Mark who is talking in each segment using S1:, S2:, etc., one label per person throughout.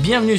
S1: Bienvenue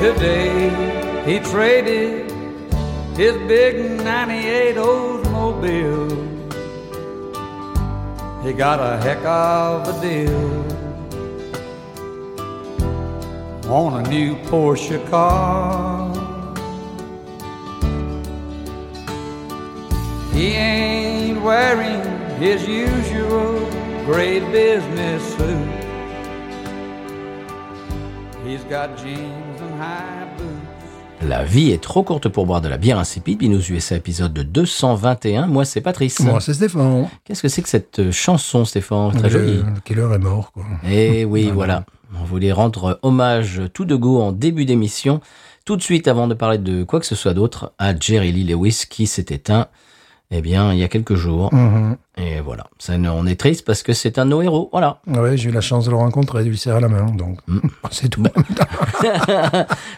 S2: Today he traded his big 98 Oldsmobile. He got a heck of a deal on a new Porsche car. He ain't wearing his usual great business suit. He's got jeans and high boots.
S1: La vie est trop courte pour boire de la bière insipide. Binous USA épisode de 221. Moi, c'est Patrice.
S3: Moi, c'est Stéphane.
S1: Qu'est-ce que c'est que cette chanson, Stéphane Très
S3: Le-
S1: jolie.
S3: Le killer est mort, quoi.
S1: Eh oui, voilà. On voulait rendre hommage tout de go en début d'émission, tout de suite avant de parler de quoi que ce soit d'autre, à Jerry Lee Lewis qui s'est éteint, eh bien, il y a quelques jours.
S3: Mhm.
S1: Et voilà. Ça, nous- on est triste parce que c'est un de nos héros. Voilà.
S3: Ah Ouais, j'ai eu la chance de le rencontrer, de lui serrer la main, donc c'est tout.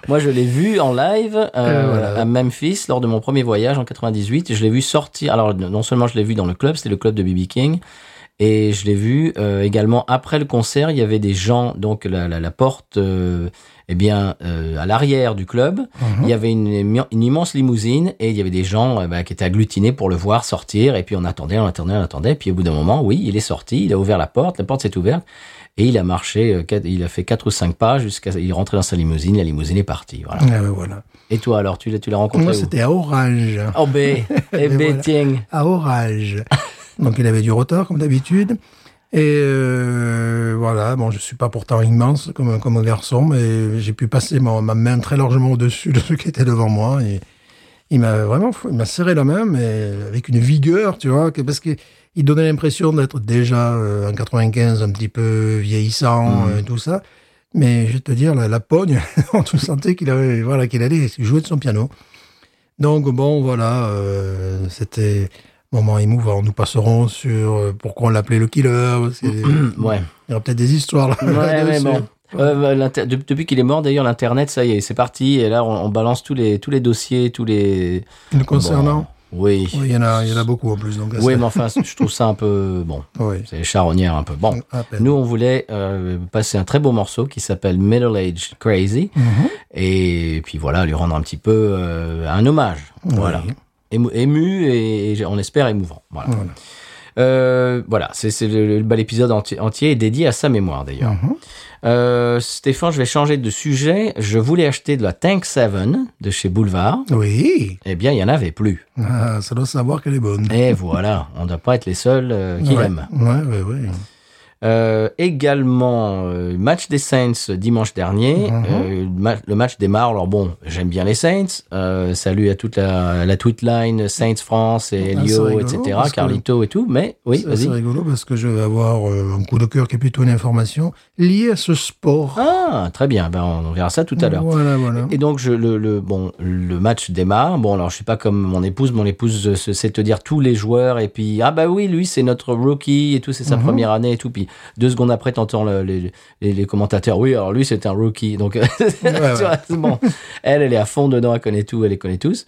S1: Moi, je l'ai vu en live euh,
S3: Euh, voilà.
S1: à Memphis lors de mon premier voyage en 98. Je l'ai vu sortir. Alors, non seulement je l'ai vu dans le club, c'était le club de BB King. Et je l'ai vu euh, également après le concert. Il y avait des gens, donc la, la- la porte, euh, eh bien, euh, à l'arrière du club.
S3: Mhm.
S1: Il y avait une, immen- une immense limousine et il y avait des gens euh, bah, qui étaient agglutinés pour le voir sortir. Et puis on attendait, on attendait, on attendait. Puis au bout d'un moment, oui, il est sorti, il a ouvert la porte, la porte s'est ouverte et il a marché, euh, quatre- il a fait quatre ou cinq pas jusqu'à, il est rentré dans sa limousine, la limousine est partie. Voilà.
S3: Ah ouais, voilà.
S1: Et toi alors, tu l'as, tu l'as rencontré
S3: Moi,
S1: où
S3: c'était à Orage.
S1: Oh bé, eh
S3: Mais
S1: bé,
S3: voilà.
S1: tiens.
S3: À Orage. donc, il avait du retard, comme d'habitude. Et euh, voilà, bon, je suis pas pourtant immense comme, comme un garçon, mais j'ai pu passer mon- ma main très largement au-dessus de ce qui était devant moi. Et il m'a vraiment fou- il m'a serré la main, mais avec une vigueur, tu vois, que, parce qu'il donnait l'impression d'être déjà euh, en 95 un petit peu
S1: Mmh.
S3: vieillissant, euh, tout ça. Mais je vais te dire, la, la pogne, on tout sentait qu'il avait, voilà, qu'il allait jouer de son piano. Donc bon, voilà, euh, c'était un moment émouvant. Nous passerons sur euh, pourquoi on l'appelait le killer. parce que-
S1: Ouais.
S3: Il y aura peut-être des histoires là.
S1: Ouais, ouais,
S3: là-dessus.
S1: bon. Euh, bah, l'inter- de- depuis qu'il est mort, d'ailleurs, l'internet, ça y est, c'est parti. Et là, on, on balance tous les tous les dossiers, tous les
S3: Le concernant,
S1: Bon, oui.
S3: oui, il y en a, il y en a beaucoup en plus. Donc là,
S1: Oui,
S3: c'est-
S1: mais enfin, je trouve ça un peu bon.
S3: oui.
S1: C'est charronnière un peu. Bon,
S3: À peine.
S1: nous, on voulait euh, passer un très beau morceau qui s'appelle Middle Age Crazy.
S3: Mhm.
S1: Et puis voilà, lui rendre un petit peu euh, un hommage. Voilà. Ému, ému et, et on espère émouvant. Voilà.
S3: Voilà.
S1: Euh, voilà, c'est c'est le- le- bah, l'épisode enti- entier est dédié à sa mémoire d'ailleurs. Euh, Stéphane, je vais changer de sujet. Je voulais acheter de la Tank 7 de chez Boulevard.
S3: Oui,
S1: Eh bien, il n'y en avait plus.
S3: Ah, ça doit savoir qu'elle est bonne.
S1: Et voilà, on ne doit pas être les seuls euh, qui
S3: ouais.
S1: l'aiment.
S3: Ouais, ouais, ouais.
S1: Euh, également, euh, match des Saints euh, dimanche dernier.
S3: Mhm.
S1: Euh, ma- le match démarre. Alors bon, j'aime bien les Saints. Euh, salut à toute la, la tweetline Saints France et
S3: Ah, c'est
S1: Elio,
S3: rigolo,
S1: etc.
S3: parce que-
S1: Carlito et tout. Mais oui,
S3: Ça,
S1: vas-y.
S3: c'est rigolo parce que je vais avoir euh, un coup de cœur qui est plutôt une information liée à ce sport.
S1: Ah, très bien. Ben, on on verra ça tout à l'heure.
S3: Voilà, voilà.
S1: Et donc, je, le, le- bon, le match démarre. Bon, alors, je suis pas comme mon épouse. Mon épouse euh, se- sait te dire tous les joueurs. Et puis, ah bah oui, lui, c'est notre rookie et tout. C'est sa
S3: Mhm.
S1: première année et tout. Puis, deux secondes après, t'entends le- les, les, les commentateurs. Oui, alors lui, c'est un rookie. Donc, tu vois,
S3: ouais.
S1: c'est bon. Elle, elle est à fond dedans. Elle connaît tout. Elle les connaît tous.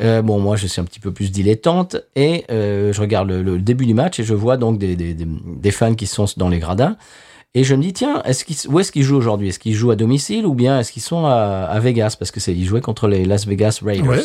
S1: Euh, bon, moi, je suis un petit peu plus dilettante et euh, je regarde le, le début du match et je vois donc des, des, des- des fans qui sont dans les gradins. Et je me dis, tiens, est-ce qu'ils- où est-ce qu'ils jouent aujourd'hui Est-ce qu'ils jouent à domicile ou bien est-ce qu'ils sont à, à Vegas Parce que c'est ils jouaient contre les Las Vegas Raiders.
S3: Ouais.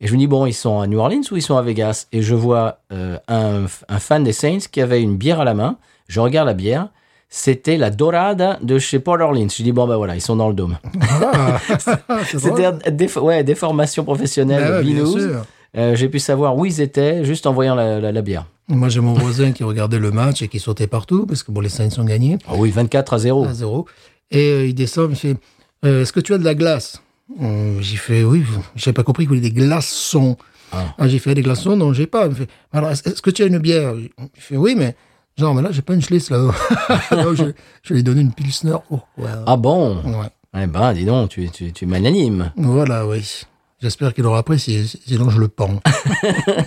S1: Et je me dis, bon, ils sont à New Orleans ou ils sont à Vegas Et je vois euh, un, f- un fan des Saints qui avait une bière à la main. Je regarde la bière. C'était la Dorada de chez Port Orleans. Je dis, bon, ben voilà, ils sont dans le dôme.
S3: Ah, c'est drôle.
S1: C'était des, ouais, des formations professionnelles,
S3: Ah ouais, bien
S1: binous.
S3: sûr.
S1: Euh, j'ai pu savoir où ils étaient juste en voyant la, la- la bière.
S3: Moi, j'ai mon voisin qui regardait le match et qui sautait partout, parce que bon, les Saints ont gagné
S1: Ah oui, 24 à 0.
S3: à zéro. Et euh, il descend, il me fait euh, Est-ce que tu as de la glace Euh, J'ai fait Oui, j'ai pas compris qu'il voulait des glaçons.
S1: Ah.
S3: Ah, j'ai fait des glaçons, non, j'ai pas. Il me fait Alors, est-ce est-ce que tu as une bière J'ai fait Oui, mais genre, mais là, j'ai pas une schlitz là. Donc, je, je lui ai donné une pilsner. Oh, ouais.
S1: Ah bon
S3: Ouais.
S1: Eh ben, dis donc, tu, tu, tu es magnanime.
S3: Voilà, oui. J'espère qu'il aura apprécié, sinon je le pends.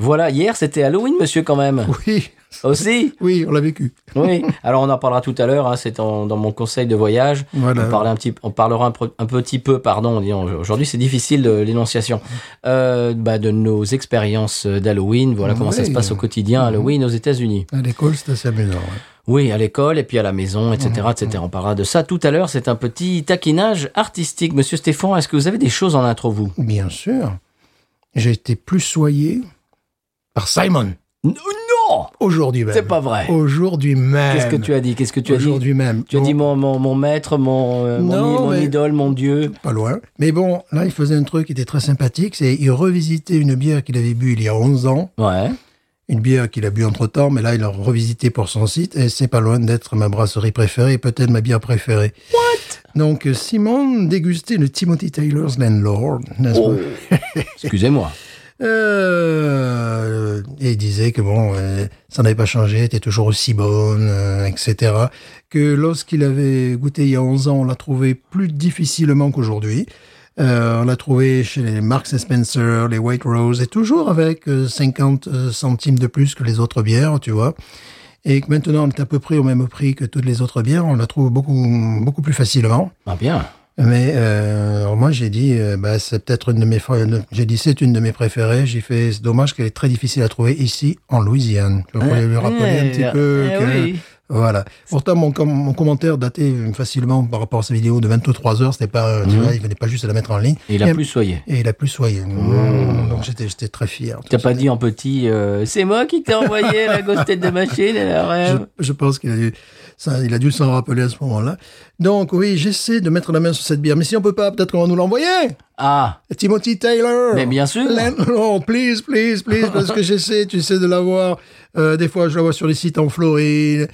S1: Voilà, hier c'était Halloween, monsieur, quand même.
S3: Oui,
S1: Aussi
S3: oui, on l'a vécu.
S1: Oui. Alors on en parlera tout à l'heure, hein, c'est en- dans mon conseil de voyage.
S3: Voilà.
S1: On, parlait un petit, on parlera un, pro- un petit peu, pardon, dis donc, aujourd'hui c'est difficile euh, l'énonciation, euh, bah, de nos expériences d'Halloween, voilà comment ça
S3: Ah Oui. Mhm.
S1: se passe au quotidien, Halloween aux États-Unis.
S3: À l'école, c'était assez amusant. ouais.
S1: Oui, à l'école et puis à la maison, etc.
S3: Mhm,
S1: etc. On parlera de ça tout à l'heure, c'est un petit taquinage artistique. Monsieur Stéphane, est-ce que vous avez des choses en intro, vous
S3: Bien sûr, j'ai été plus soigné par Simon.
S1: Non, non
S3: Aujourd'hui même.
S1: C'est pas vrai.
S3: Aujourd'hui même.
S1: Qu'est-ce que tu as dit Qu'est-ce que tu as dit
S3: Aujourd'hui même.
S1: Tu as
S3: Bon,
S1: dit mon, mon, mon maître, mon, euh, mon
S3: Non,
S1: i- mon
S3: mais-
S1: idole, mon dieu.
S3: Pas loin. Mais bon, là, il faisait un truc qui était très sympathique. C'est il revisitait une bière qu'il avait bu il y a 11 ans.
S1: Ouais.
S3: Une bière qu'il a bu entre temps, mais là, il l'a revisité pour son site. Et c'est pas loin d'être ma brasserie préférée, et peut-être ma bière préférée. What? Donc, euh, Simon dégustait le Timothy Taylor's Landlord, n'est-ce
S1: Oh,
S3: pas?
S1: Excusez-moi.
S3: Euh, et il disait que bon, euh, ça n'avait pas changé, était toujours aussi bonne, euh, etc. Que lorsqu'il avait goûté il y a 11 ans, on l'a trouvé plus difficilement qu'aujourd'hui. Euh, on l'a trouvé chez les Marks Spencer, les White Rose, et toujours avec euh, 50 euh, centimes de plus que les autres bières, tu vois. Et que maintenant, on est à peu près au même prix que toutes les autres bières, on la trouve beaucoup, beaucoup plus facilement.
S1: Ah bien.
S3: Mais euh, alors moi j'ai dit euh, bah, c'est peut-être une de mes fra- une- j'ai dit c'est une de mes préférées j'ai fait c'est dommage qu'elle est très difficile à trouver ici en Louisiane je voulais lui rappeler un
S1: Eh,
S3: petit peu
S1: eh
S3: que-
S1: oui.
S3: voilà pourtant mon, com- mon commentaire datait euh, facilement par rapport à sa vidéo de 23 heures c'était
S1: Mhm.
S3: pas euh, tu vois, il venait pas juste à la mettre en ligne
S1: Et il a plus soyé.
S3: et il a plus soigné donc j'étais j'étais très fier
S1: Mhm. T'as pas dit en petit, euh, c'est moi qui t'ai envoyé la grosse tête de machine et la
S3: je,
S1: rêve.
S3: je pense qu'il a dû, ça, il a dû s'en rappeler à ce moment-là. Donc oui, j'essaie de mettre la main sur cette bière, mais si on peut pas, peut-être qu'on va nous l'envoyer.
S1: Ah,
S3: Timothy Taylor.
S1: Mais bien sûr.
S3: Non, oh, please, please, please, parce que j'essaie, tu sais, de l'avoir. Euh, des fois, je la vois sur les sites en Floride.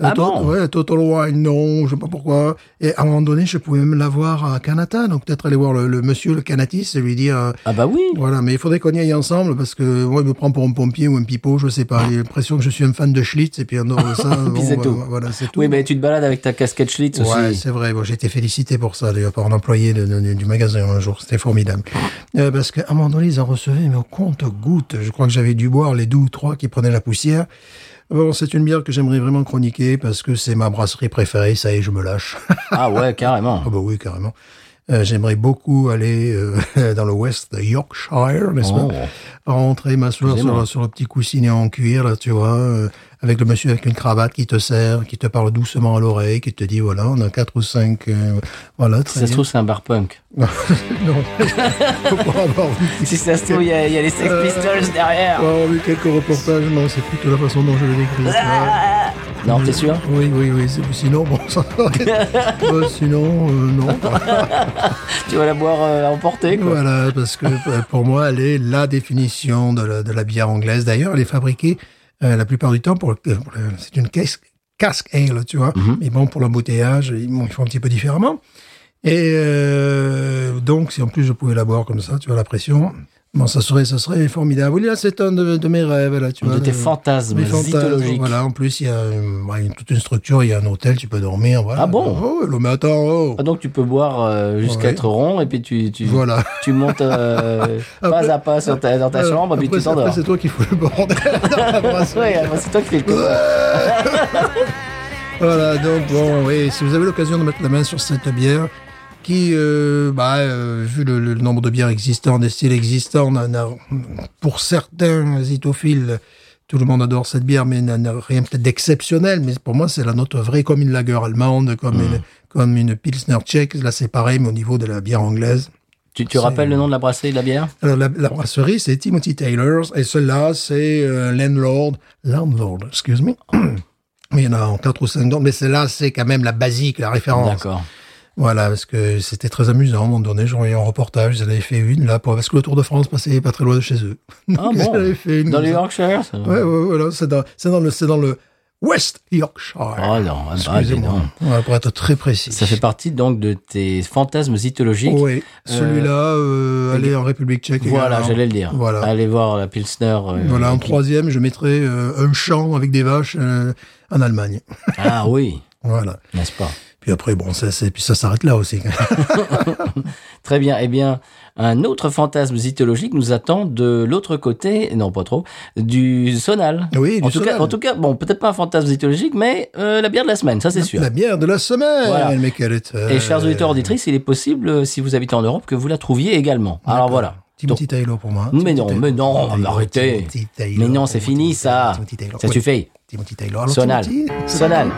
S3: Euh,
S1: Ah
S3: to-
S1: bon
S3: ouais, Total Wine, non, je sais pas pourquoi. Et à un moment donné, je pouvais même l'avoir à Canada, donc peut-être aller voir le, le monsieur, le canatiste, et lui dire, euh,
S1: ah bah oui.
S3: voilà, mais il faudrait qu'on y aille ensemble, parce que moi, il me prend pour un pompier ou un pipeau, je sais pas. J'ai l'impression que je suis un fan de Schlitz, et puis en dehors de ça, bon,
S1: c'est
S3: bah,
S1: tout.
S3: voilà, c'est tout.
S1: Oui, mais tu te balades avec ta casquette Schlitz
S3: Ouais,
S1: aussi.
S3: c'est vrai. Bon, j'ai été félicité pour ça, d'ailleurs, par un employé de- de- du magasin un jour. C'était formidable. Euh, parce qu'à un moment donné, ils en recevaient, mais au compte-goutte. Je crois que j'avais dû boire les deux ou trois qui prenaient la poussière. Bon, c'est une bière que j'aimerais vraiment chroniquer parce que c'est ma brasserie préférée. Ça y est, je me lâche.
S1: Ah ouais, carrément.
S3: Ah bah oui, carrément. Euh, J'aimerais beaucoup aller euh, dans le West de Yorkshire, n'est-ce
S1: Oh.
S3: pas Rentrer, m'asseoir
S1: Excusez-moi.
S3: sur, sur le petit coussinet en cuir, là, tu vois, euh, avec le monsieur avec une cravate qui te sert, qui te parle doucement à l'oreille, qui te dit, voilà, on a quatre ou cinq... euh, voilà,
S1: Si
S3: très
S1: ça se
S3: bien.
S1: trouve, c'est un bar punk.
S3: non, faut pas avoir vu,
S1: Si ça se trouve, il y, a il y a les Sex
S3: Euh,
S1: Pistols derrière.
S3: faut avoir vu quelques reportages, non, c'est plutôt la façon dont je le décris. tu vois. Euh,
S1: Non, t'es Ah, sûr
S3: Oui, oui, oui, c'est- sinon, bon, ça... Euh, sinon, euh, non.
S1: Tu vas la boire euh, à emporter, quoi.
S3: Voilà, parce que euh, pour moi, elle est la définition de la, de la bière anglaise. D'ailleurs, elle est fabriquée euh, la plupart du temps pour, le- pour le- c'est une casque, casque ale, tu vois.
S1: Mhm.
S3: Mais bon, pour l'embouteillage, ils, bon, ils font un petit peu différemment. Et euh, donc, si en plus je pouvais la boire comme ça, tu vois, la pression, bon, ça serait, ça serait formidable. Oui, là, c'est un de, de mes rêves, là, tu vois.
S1: De tes
S3: le-
S1: fantasmes
S3: mes fantasmes,
S1: mythologiques.
S3: Voilà, en plus, il y a euh, ouais, une- toute une structure, il y a un hôtel, tu peux dormir, voilà.
S1: Ah bon
S3: Oh, le matin, oh.
S1: Ah, donc tu peux boire euh, jusqu'à
S3: Ouais.
S1: être rond et puis tu, tu,
S3: Voilà.
S1: tu montes euh,
S3: Après-
S1: pas à pas sur ta, dans ta
S3: Euh,
S1: chambre et puis
S3: après,
S1: tu
S3: c'est- après,
S1: t'endors.
S3: c'est toi qui fous le bordel dans la brasserie.
S1: Ouais, après, c'est toi qui fais le coup.
S3: Voilà, donc bon, oui, si vous avez l'occasion de mettre la main sur cette bière, qui, euh, bah, euh, vu le, le nombre de bières existantes, des styles existants, n'a- n'a- pour certains itophiles, tout le monde adore cette bière, mais n'a n'a rien peut-être d'exceptionnel. Mais pour moi, c'est la note vraie, comme une lager allemande, comme, une, comme une pilsner tchèque. Là, c'est pareil, mais au niveau de la bière anglaise.
S1: Tu, tu rappelles le nom de la brasserie et de la bière
S3: Alors, la, la brasserie, c'est Timothy Taylor's, et celle-là, c'est euh, Landlord. Landlord, excuse me. Mais il y en a en quatre ou cinq d'autres, mais celle-là, c'est quand même la basique, la référence.
S1: D'accord.
S3: Voilà, parce que c'était très amusant. À un moment donné, j'en voyais un reportage. Ils avaient fait une là, pour... parce que le Tour de France passait pas très loin de chez eux.
S1: Ah
S3: Donc, ils
S1: bon
S3: avaient fait une
S1: Dans
S3: comme
S1: les
S3: ça.
S1: Yorkshire ça
S3: Ouais, ouais, voilà, c'est dans, c'est dans le, c'est dans le West Yorkshire.
S1: Oh non, ah, bah, dis
S3: Excusez-moi.
S1: donc.
S3: Ouais, pour être très précis.
S1: Ça fait partie donc de tes fantasmes mythologiques.
S3: Oui, celui-là, euh, aller en République Tchèque.
S1: Voilà,
S3: également.
S1: j'allais le dire.
S3: Voilà.
S1: Allez voir la Pilsner. euh,
S3: Voilà, en
S1: qui-
S3: troisième, je mettrais euh, un champ avec des vaches euh, en Allemagne.
S1: Ah oui,
S3: Voilà.
S1: n'est-ce pas
S3: Puis après, bon, ça, c'est- puis ça s'arrête là aussi.
S1: Très bien. Eh bien, un autre fantasme mythologique nous attend de l'autre côté, non pas trop, du sonal.
S3: Oui,
S1: en
S3: du
S1: tout
S3: Sonal.
S1: Cas, en tout cas, bon, peut-être pas un fantasme mythologique, mais euh, la bière de la semaine, ça c'est sûr.
S3: La bière de la semaine,
S1: Voilà.
S3: mais quelle est euh,
S1: Et chers auditeurs auditrices, il est possible, euh, si vous habitez en Europe, que vous la trouviez également. Alors voilà. Donc,
S3: Timothy Taylor pour moi.
S1: Mais
S3: Timothy
S1: non,
S3: Taylor.
S1: mais non,
S3: Timothy Taylor,
S1: arrêtez.
S3: Timothy Taylor.
S1: mais non, c'est fini ça.
S3: Timothy Taylor.
S1: Ça
S3: Ouais,
S1: suffit.
S3: Timothy Taylor. Alors,
S1: Sonal.
S3: Timothy,
S1: Sonal.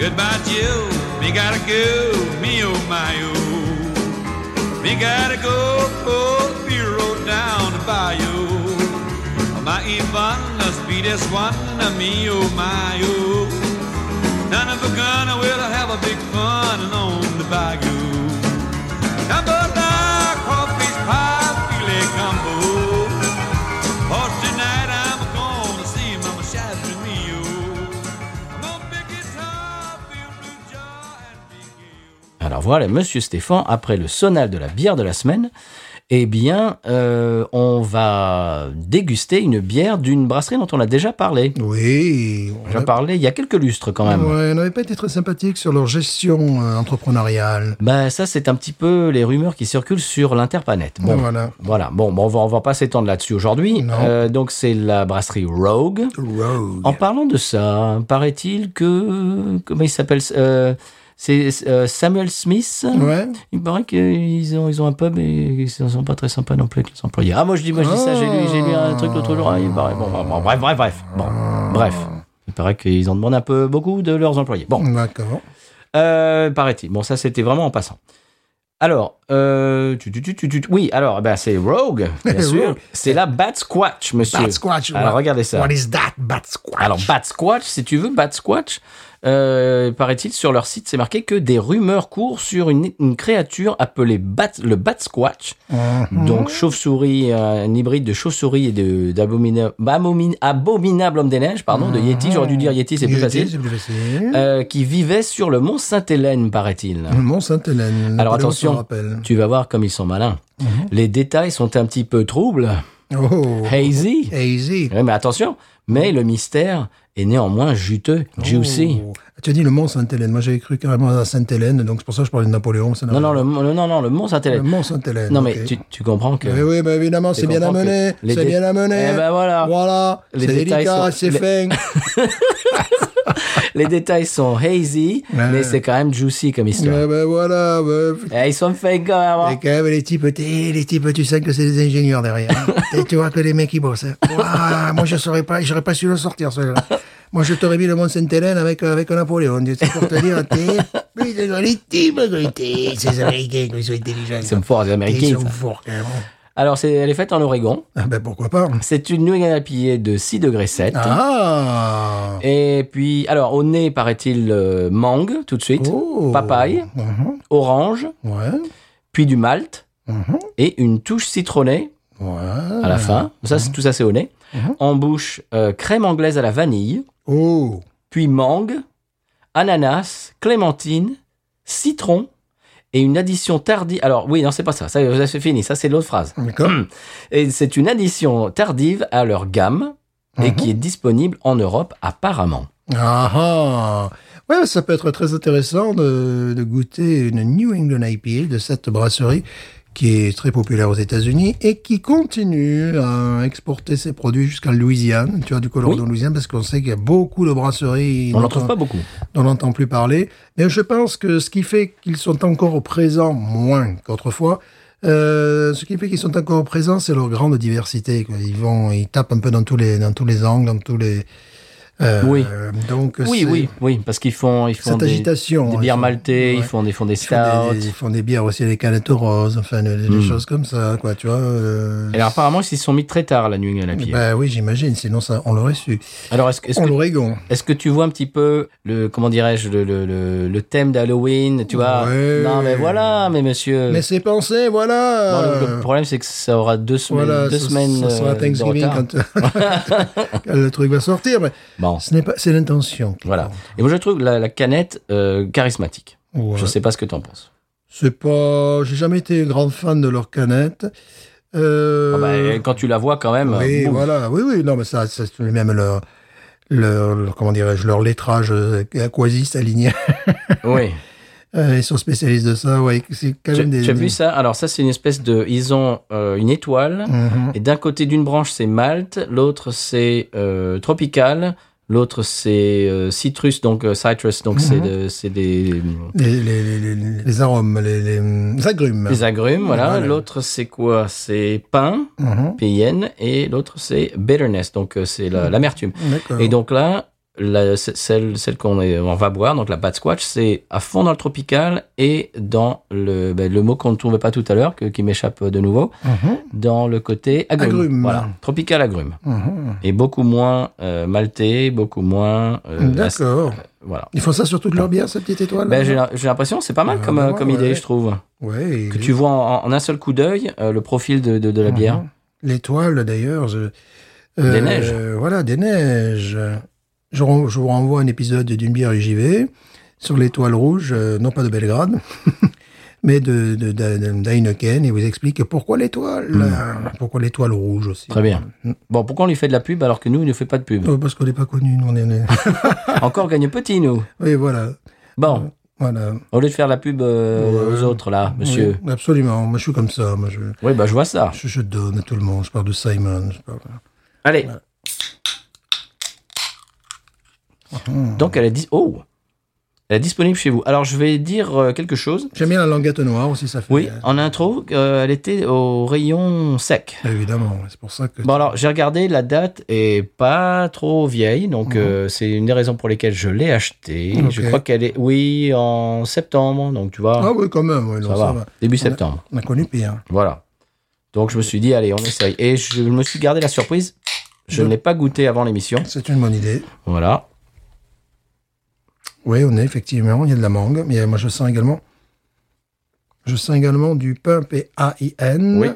S2: Goodbye, Jill. Me gotta go, me oh my oh. Me gotta go, oh, bureau down the bayou. My Yvonne, the speediest one, and me oh my oh. None of a gun, will have a big fun and on the bayou. Number nine, crawfish pie, filet combo. For tonight, I'm gonna see Mama Shasta me oh. I'm gonna pick guitar, feel blue jaw, and be gay.
S1: Alors voilà, Monsieur Stéphane, après le sonal de la bière de la semaine, eh bien, euh, on va déguster une bière d'une brasserie dont on a déjà parlé.
S3: Oui. on
S1: J'en
S3: a-
S1: parlais il y a quelques lustres quand même.
S3: Ouais, on n'avait pas été très sympathique sur leur gestion euh, entrepreneuriale.
S1: Bah ça, c'est un petit peu les rumeurs qui circulent sur l'interplanet. Bon,
S3: Voilà.
S1: voilà. Bon, bon, on va, on va pas s'étendre là-dessus aujourd'hui.
S3: Non.
S1: Euh, donc c'est la brasserie Rogue.
S3: Rogue.
S1: En parlant de ça, paraît-il que comment il s'appelle euh, C'est euh, Samuel Smith.
S3: Ouais.
S1: Il paraît qu'ils ont, ils ont un pub et ils sont pas très sympas non plus avec les employés. Ah, moi je dis, moi je dis ça, j'ai lu, j'ai lu un truc l'autre jour. Ah, il paraît. Bon, bon, bon, bref, bref, bref. Bon, bref. Il paraît qu'ils en demandent un peu beaucoup de leurs employés. Bon,
S3: D'accord.
S1: euh, paraît-il. Bon, ça c'était vraiment en passant. Alors, euh, tu, tu, tu, tu, tu- oui, alors, ben, c'est Rogue, bien sûr.
S3: Rogue.
S1: C'est la Bat Squatch, monsieur.
S3: Bat Squatch.
S1: Alors,
S3: what-
S1: regardez ça.
S3: What is that, Bat Squatch?
S1: Alors, Bat Squatch, si tu veux, Bat Squatch, euh, paraît-il, sur leur site, c'est marqué que des rumeurs courent sur une, une créature appelée Bat, le Bat Squatch.
S3: Mhm.
S1: Donc, chauve-souris, euh, un hybride de chauve-souris et de- d'abominable abomin- abominable homme des neiges, pardon, de Yeti. J'aurais dû dire Yeti, c'est plus
S3: Yeti,
S1: facile.
S3: C'est plus facile.
S1: Euh, qui vivait sur le mont Sainte-Hélène, paraît-il.
S3: Mont Sainte-Hélène.
S1: Euh, Alors,
S3: Napoléon s'en
S1: attention.
S3: rappelle. Mhm.
S1: Tu vas voir comme ils sont malins. Les détails sont un petit peu troubles,
S3: Oh.
S1: hazy.
S3: Hazy.
S1: Ouais, mais attention, mais le mystère est néanmoins juteux, juicy.
S3: Oh. Tu as dit le Mont Sainte-Hélène. Moi, j'avais cru carrément à Sainte-Hélène, donc c'est pour ça que je parlais de Napoléon. ça n'a
S1: Non, non,
S3: rien.
S1: le, mon- le- non, non, le Mont
S3: le
S1: Saint-Hélène.
S3: Mont Sainte-Hélène.
S1: Non,
S3: ok.
S1: mais tu, tu comprends que.
S3: Oui, oui, bah, évidemment, c'est bien
S1: comprends
S3: amené.
S1: que les
S3: C'est
S1: dé-
S3: bien amené.
S1: Eh ben voilà.
S3: Voilà.
S1: Les
S3: C'est
S1: détails
S3: délicat,
S1: sont-
S3: c'est fin.
S1: Les détails sont hazy,
S3: Ouais.
S1: mais c'est quand même juicy comme
S3: Eh
S1: histoire.
S3: ben voilà. ouais.
S1: Eh, ils sont fake quand même. hein.
S3: Et quand même, les types, t'es- les types, tu sais que c'est des ingénieurs derrière. Et tu vois que les mecs, qui bossent. hein. Ouah, moi, je saurais pas, j'aurais pas su le sortir, celui-là. Moi, je t'aurais mis le Mont Sainte-Hélène avec, euh, avec un Napoléon. C'est pour te dire, t'es, mais c'est dans les types, quoi, t'es- ces Américains, quoi, ils sont intelligents.
S1: Ils sont forts, les
S3: Ils
S1: Américains.
S3: sont
S1: ça.
S3: forts, quand même.
S1: Alors, c'est- elle est faite en Oregon.
S3: Ah, ben, pourquoi pas.
S1: C'est une New England IPA de 6 degrés 7.
S3: Ah!
S1: Et puis, alors, au nez, paraît-il, euh, mangue, tout de suite.
S3: Oh.
S1: Papaye,
S3: Mhm.
S1: orange,
S3: Ouais.
S1: puis du malt.
S3: Mhm.
S1: Et une touche citronnée
S3: Ouais.
S1: à la fin. Ça,
S3: Ah.
S1: c'est- tout ça, c'est au nez.
S3: Mhm.
S1: En bouche, euh, crème anglaise à la vanille,
S3: Oh!
S1: puis mangue, ananas, clémentine, citron et une addition tardive. Alors oui, non, c'est pas ça. Ça, ça, c'est fini. Ça, c'est l'autre phrase.
S3: D'accord.
S1: Et c'est une addition tardive à leur gamme et
S3: Mhm.
S1: qui est disponible en Europe apparemment.
S3: Ah ah Ouais, ça peut être très intéressant de, de goûter une New England IPA de cette brasserie qui est très populaire aux États-Unis et qui continue à exporter ses produits jusqu'en Louisiane, tu vois, du Colorado en Louisiane, parce qu'on sait qu'il y a beaucoup de brasseries
S1: On
S3: dont
S1: n'en trouve pas beaucoup.
S3: dont on n'entend plus parler. Mais je pense que ce qui fait qu'ils sont encore présents, moins qu'autrefois, euh, ce qui fait qu'ils sont encore présents, c'est leur grande diversité. quoi. Ils vont, ils tapent un peu dans tous les, dans tous les angles, dans tous les, Euh,
S1: Oui.
S3: Donc,
S1: Oui,
S3: c'est-
S1: oui, oui, parce qu'ils font, ils font
S3: Cette
S1: des,
S3: agitation,
S1: des
S3: hein,
S1: bières
S3: ils font-
S1: maltées, ils
S3: ouais.
S1: font des, font des
S3: Ils font
S1: stouts.
S3: des, ils font des bières aussi, les canettes roses, enfin, des, des choses comme ça, quoi, tu vois. euh,
S1: Hmm. Et alors apparemment, ils s'y sont mis très tard la New England IPA.
S3: bah oui, j'imagine, sinon ça, on l'aurait su.
S1: alors est-ce que- est-ce
S3: On
S1: que
S3: l'Oregon.
S1: Est-ce que tu vois un petit peu le comment dirais-je le, le, le, le thème d'Halloween, tu vois
S3: Ouais.
S1: Non mais voilà, mais monsieur.
S3: Mais c'est pensé,
S1: Non,
S3: voilà.
S1: Euh.
S3: euh.
S1: le, le problème c'est que ça aura deux semaines,
S3: Voilà,
S1: deux
S3: ça-
S1: semaines
S3: ça sera
S1: euh, de
S3: Thanksgiving
S1: retard.
S3: quand, euh, quand le truc va sortir, mais
S1: Bon,
S3: ce n'est pas, c'est l'intention. qui
S1: voilà.
S3: compte.
S1: Et moi je trouve la, la canette euh, charismatique.
S3: Ouais.
S1: Je sais pas ce que t'en penses.
S3: C'est pas, j'ai jamais été grand fan de leur canette. Euh,
S1: Ah bah, quand tu la vois quand même.
S3: Oui,
S1: euh, boum.
S3: voilà, oui, oui, non, mais ça, ça c'est même leur, leur, leur- comment dirais-je, leur lettrage euh, quasi salinien.
S1: Oui.
S3: Euh, ils sont spécialistes de ça, ouais. C'est quand
S1: Tu
S3: même des.
S1: tu as vu ça Alors ça c'est une espèce de ils ont euh, une étoile
S3: Mhm.
S1: et d'un côté d'une branche c'est Malte, l'autre c'est euh, tropical. L'autre, c'est euh, citrus, donc euh, citrus, donc c'est
S3: Mm-hmm.
S1: de- c'est des,
S3: Les, les, les, les- les arômes, les, les, les agrumes.
S1: Les agrumes, voilà.
S3: Bah, Voilà.
S1: L'autre, c'est quoi C'est pain,
S3: Mhm.
S1: PIN, et l'autre, c'est bitterness, donc euh, c'est
S3: Hmm.
S1: la- l'amertume.
S3: D'accord.
S1: Et donc là, la- c- celle, celle qu'on est- on va boire, donc la Bad Squatch, c'est à fond dans le tropical et dans le, ben, le mot qu'on ne trouvait pas tout à l'heure, que- qui m'échappe de nouveau,
S3: Mhm.
S1: dans le côté agrume.
S3: Agrume.
S1: Voilà, tropical agrume.
S3: Mhm.
S1: Et beaucoup moins euh, maltais, beaucoup moins... euh, acide.
S3: D'accord.
S1: Voilà.
S3: Ils font ça sur toute leur bière, cette petite étoile
S1: Ben, j'ai j'ai l'impression que c'est pas mal
S3: Ah,
S1: comme, euh,
S3: ouais,
S1: comme
S3: ouais,
S1: idée,
S3: ouais.
S1: je trouve.
S3: Ouais,
S1: Que
S3: les- Mhm.
S1: tu vois en, en un seul coup d'œil euh, le profil de, de-
S3: Ah,
S1: de la bière.
S3: L'étoile, d'ailleurs. je- euh,
S1: Des neiges.
S3: Voilà, des neiges. Je, ren- je vous renvoie un épisode d'une bière UJV sur l'étoile rouge, euh, non pas de Belgrade, mais de, de, de- de- d'Heineken, et vous explique pourquoi l'étoile. Pourquoi l'étoile rouge aussi.
S1: Hmm. Très bien. Bon, pourquoi on lui fait de la pub alors que nous, il ne fait pas de pub
S3: Mm. Oh, parce qu'on n'est pas connu, nous on est. on est-
S1: Encore gagne petit, nous.
S3: oui, voilà.
S1: Bon,
S3: Voilà.
S1: au lieu de faire la pub euh,
S3: Ouais.
S1: aux autres, là, monsieur.
S3: Oui, absolument. Moi, je suis comme ça. Moi, je,
S1: Oui, bah, je vois ça.
S3: je, je donne à tout le monde. Je parle de Simon. Je parle...
S1: Allez. Ah. Donc, elle est, dis- oh. elle est disponible chez vous. Alors, je vais dire euh, quelque chose.
S3: J'aime bien la languette noire aussi, ça fait.
S1: Oui, en intro, euh, elle était au rayon sec.
S3: Évidemment, c'est pour ça que.
S1: Bon alors j'ai regardé la date est pas trop vieille donc euh, c'est une des raisons pour lesquelles je l'ai achetée.
S3: Ok.
S1: Je crois qu'elle est oui en septembre donc tu vois
S3: Ah oui, quand même, oui,
S1: ça,
S3: non,
S1: va.
S3: ça va.
S1: début
S3: On a-
S1: septembre
S3: On a connu pire.
S1: voilà donc je me suis dit allez on essaye et je me suis gardé la surprise je
S3: Je-
S1: ne l'ai pas goûté avant l'émission
S3: C'est une bonne idée.
S1: voilà
S3: Oui, on est effectivement, il y a de la mangue, mais moi je sens également. Je sens également du pain P-A-I-N.
S1: Oui.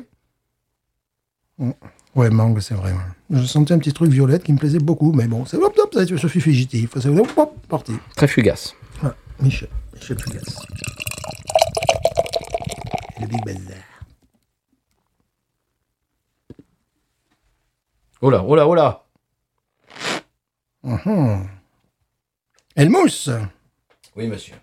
S3: Mm. Ouais, mangue, c'est vrai. ouais. Je sentais un petit truc violette qui me plaisait beaucoup, mais bon, c'est hop, hop, ça ça suffit fugitif. C'est hop, hop, parti.
S1: très fugace
S3: Voilà, Michel, Michel Fugasse. Le Big Bazar.
S1: oh là oh là oh là
S3: Mhm. Elle mousse
S1: oui monsieur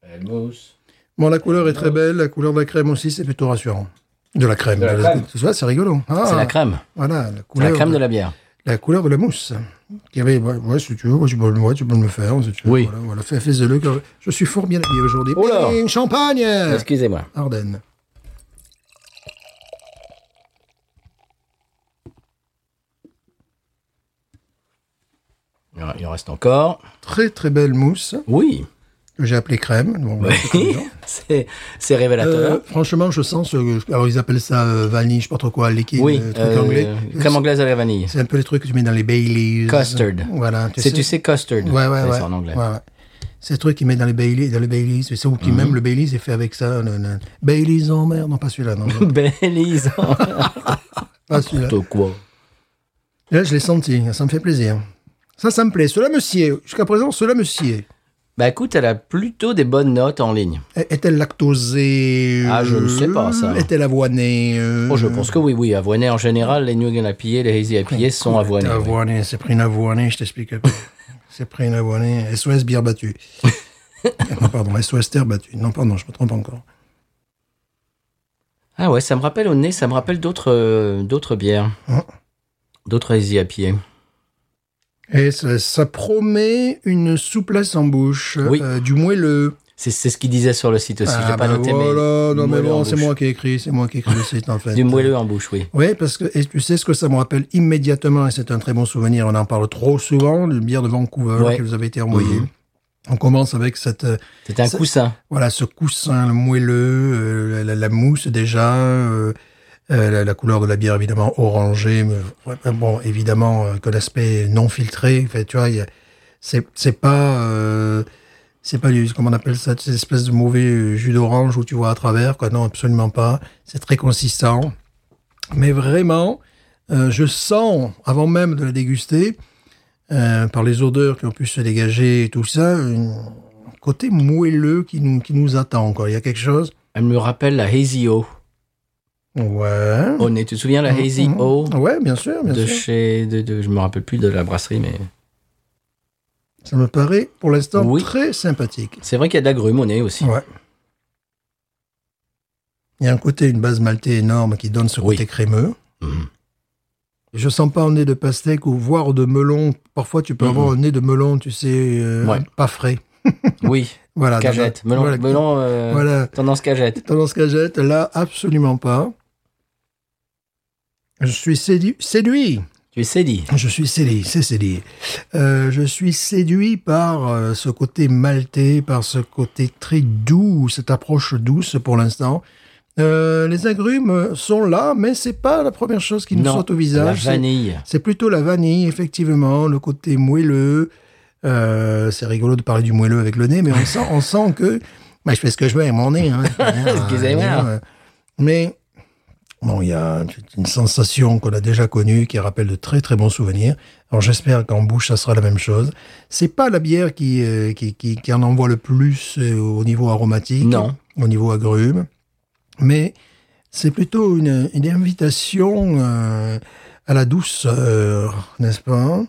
S1: elle mousse
S3: Bon, la couleur est très belle, la couleur de la crème aussi, c'est plutôt rassurant. De la crème.
S1: De la crème.
S3: Tu vois, c'est rigolo. Ah,
S1: c'est la crème
S3: Voilà, la
S1: c'est
S3: couleur,
S1: la crème de la bière
S3: la couleur de la mousse. Qui avait, ouais, ouais, si tu veux, moi, tu peux, moi, tu peux me le faire. Si tu veux,
S1: Oui.
S3: Voilà, voilà, fais, fais-le. que- Je suis fort bien habillé aujourd'hui.
S1: Oh là
S3: Bing, champagne
S1: excusez-moi
S3: Ardennes.
S1: il en- il en reste encore
S3: Très, très belle mousse,
S1: oui
S3: que j'ai appelée crème. Bon, voilà, c'est comme ça.
S1: c'est c'est révélateur
S3: Euh, franchement, je sens ce. Alors, ils appellent ça euh, vanille, je sais pas trop quoi, liquide,
S1: Oui,
S3: euh, truc
S1: euh,
S3: anglais.
S1: crème anglaise à la vanille.
S3: C'est un peu les trucs que tu mets dans les Baileys.
S1: Custard.
S3: Voilà.
S1: C'est, tu sais, custard.
S3: Ouais, ouais,
S1: Ça,
S3: ouais.
S1: C'est en anglais.
S3: Ouais, ouais. C'est le truc qu'ils mettent dans les Baileys, dans les Baileys, c'est ça, ou
S1: Mhm.
S3: qui même le Baileys est fait avec ça. le- le- Baileys en mer, non pas celui-là, non, non,
S1: Belize.
S3: pas celui-là.
S1: N'importe quoi.
S3: Là, je l'ai senti, ça me fait plaisir. Ça, ça me plaît. Cela me sied. Jusqu'à présent, cela me sied.
S1: Bah écoute, elle a plutôt des bonnes notes en ligne.
S3: Est- Est-elle lactosée
S1: Ah, je ne sais pas, ça.
S3: Est-elle avoinée euh,
S1: Oh, je pense que oui, oui. Avoinés en général, les New England IPA, les Hazy IPA sont avoinés. oui.
S3: Avoinée, c'est pris une avoinée, je t'explique. un peu. c'est pris une avoinée. SOS bière battue. non, pardon, SOS terre battue. Non, pardon, je me trompe encore.
S1: Ah ouais, ça me rappelle au nez, ça me rappelle d'autres, euh, d'autres bières.
S3: Hein.
S1: D'autres Hazy IPA.
S3: Et ça, ça promet une souplesse en bouche,
S1: Oui.
S3: euh, du moelleux.
S1: C'est c'est ce qu'il disait sur le site aussi.
S3: Ah,
S1: je l'ai pas
S3: bah
S1: noté,
S3: voilà,
S1: mais.
S3: non, mais
S1: moelleux en
S3: bon, c'est
S1: bouche.
S3: moi qui ai écrit, c'est moi qui ai écrit le site, en fait.
S1: Du moelleux en bouche, oui.
S3: Oui, parce que et tu sais ce que ça me rappelle immédiatement, et c'est un très bon souvenir, on en parle trop souvent, le bière de Vancouver
S1: Ouais. Mhm.
S3: qui vous avait été envoyé. On commence avec cette, euh,
S1: C'était un
S3: Ça-
S1: coussin.
S3: voilà, ce coussin moelleux, euh, la, la- la mousse déjà, euh, euh, la, la couleur de la bière évidemment orangée, mais ouais, bon, évidemment euh, que l'aspect non filtré, en fait, tu vois, il y a- c'est c'est pas... euh, c'est pas du, comment on appelle ça, cette espèce de mauvais euh, jus d'orange où tu vois à travers, quoi. Non, absolument pas. C'est très consistant. Mais vraiment, euh, je sens, avant même de la déguster, euh, par les odeurs qui ont pu se dégager et tout ça, un côté moelleux qui nous, qui nous attend, quoi. Il y a quelque chose.
S1: Elle me rappelle la Hazy O.
S3: Ouais.
S1: Au nez. Tu te souviens la Hazy
S3: Mhm.
S1: O
S3: Ouais, bien sûr, bien
S1: de
S3: sûr.
S1: chez. De, de- je me rappelle plus de la brasserie, mais.
S3: Ça me paraît, pour l'instant,
S1: Oui.
S3: très sympathique.
S1: C'est vrai qu'il y a de la grume au nez aussi.
S3: Ouais. Il y a un côté, une base maltée énorme qui donne ce
S1: Oui.
S3: côté crémeux.
S1: Mhm.
S3: Je sens pas un nez de pastèque ou voire de melon. Parfois, tu peux
S1: Mhm.
S3: avoir un nez de melon, tu sais, euh,
S1: Ouais.
S3: pas frais.
S1: Oui,
S3: Voilà.
S1: cagette.
S3: déjà.
S1: Melon,
S3: Ah, Voilà.
S1: melon, euh,
S3: Voilà.
S1: tendance cagette.
S3: Tendance cagette, là, absolument pas. Je suis séduit. Séduit.
S1: Tu es sédit.
S3: Je suis séduit. C'est séduit. Euh, je suis séduit par euh, ce côté maltais, par ce côté très doux, cette approche douce pour l'instant. Euh, les agrumes sont là, mais c'est pas la première chose qui nous
S1: Non,
S3: saute au
S1: La
S3: visage. C'est-
S1: vanille.
S3: C'est plutôt la vanille, effectivement, le côté moelleux. Euh, c'est rigolo de parler du moelleux avec le nez, mais on sent, on sent que. Bah, je fais ce que je veux avec mon nez. Hein,
S1: Excusez-moi.
S3: Euh, Mais bon, il y a une sensation qu'on a déjà connue qui rappelle de très très bons souvenirs. Alors j'espère qu'en bouche, ça sera la même chose. C'est pas la bière qui, euh, qui, qui, qui en envoie le plus euh, au niveau aromatique,
S1: Non.
S3: au niveau agrume, mais c'est plutôt une, une invitation euh, à la douceur, n'est-ce pas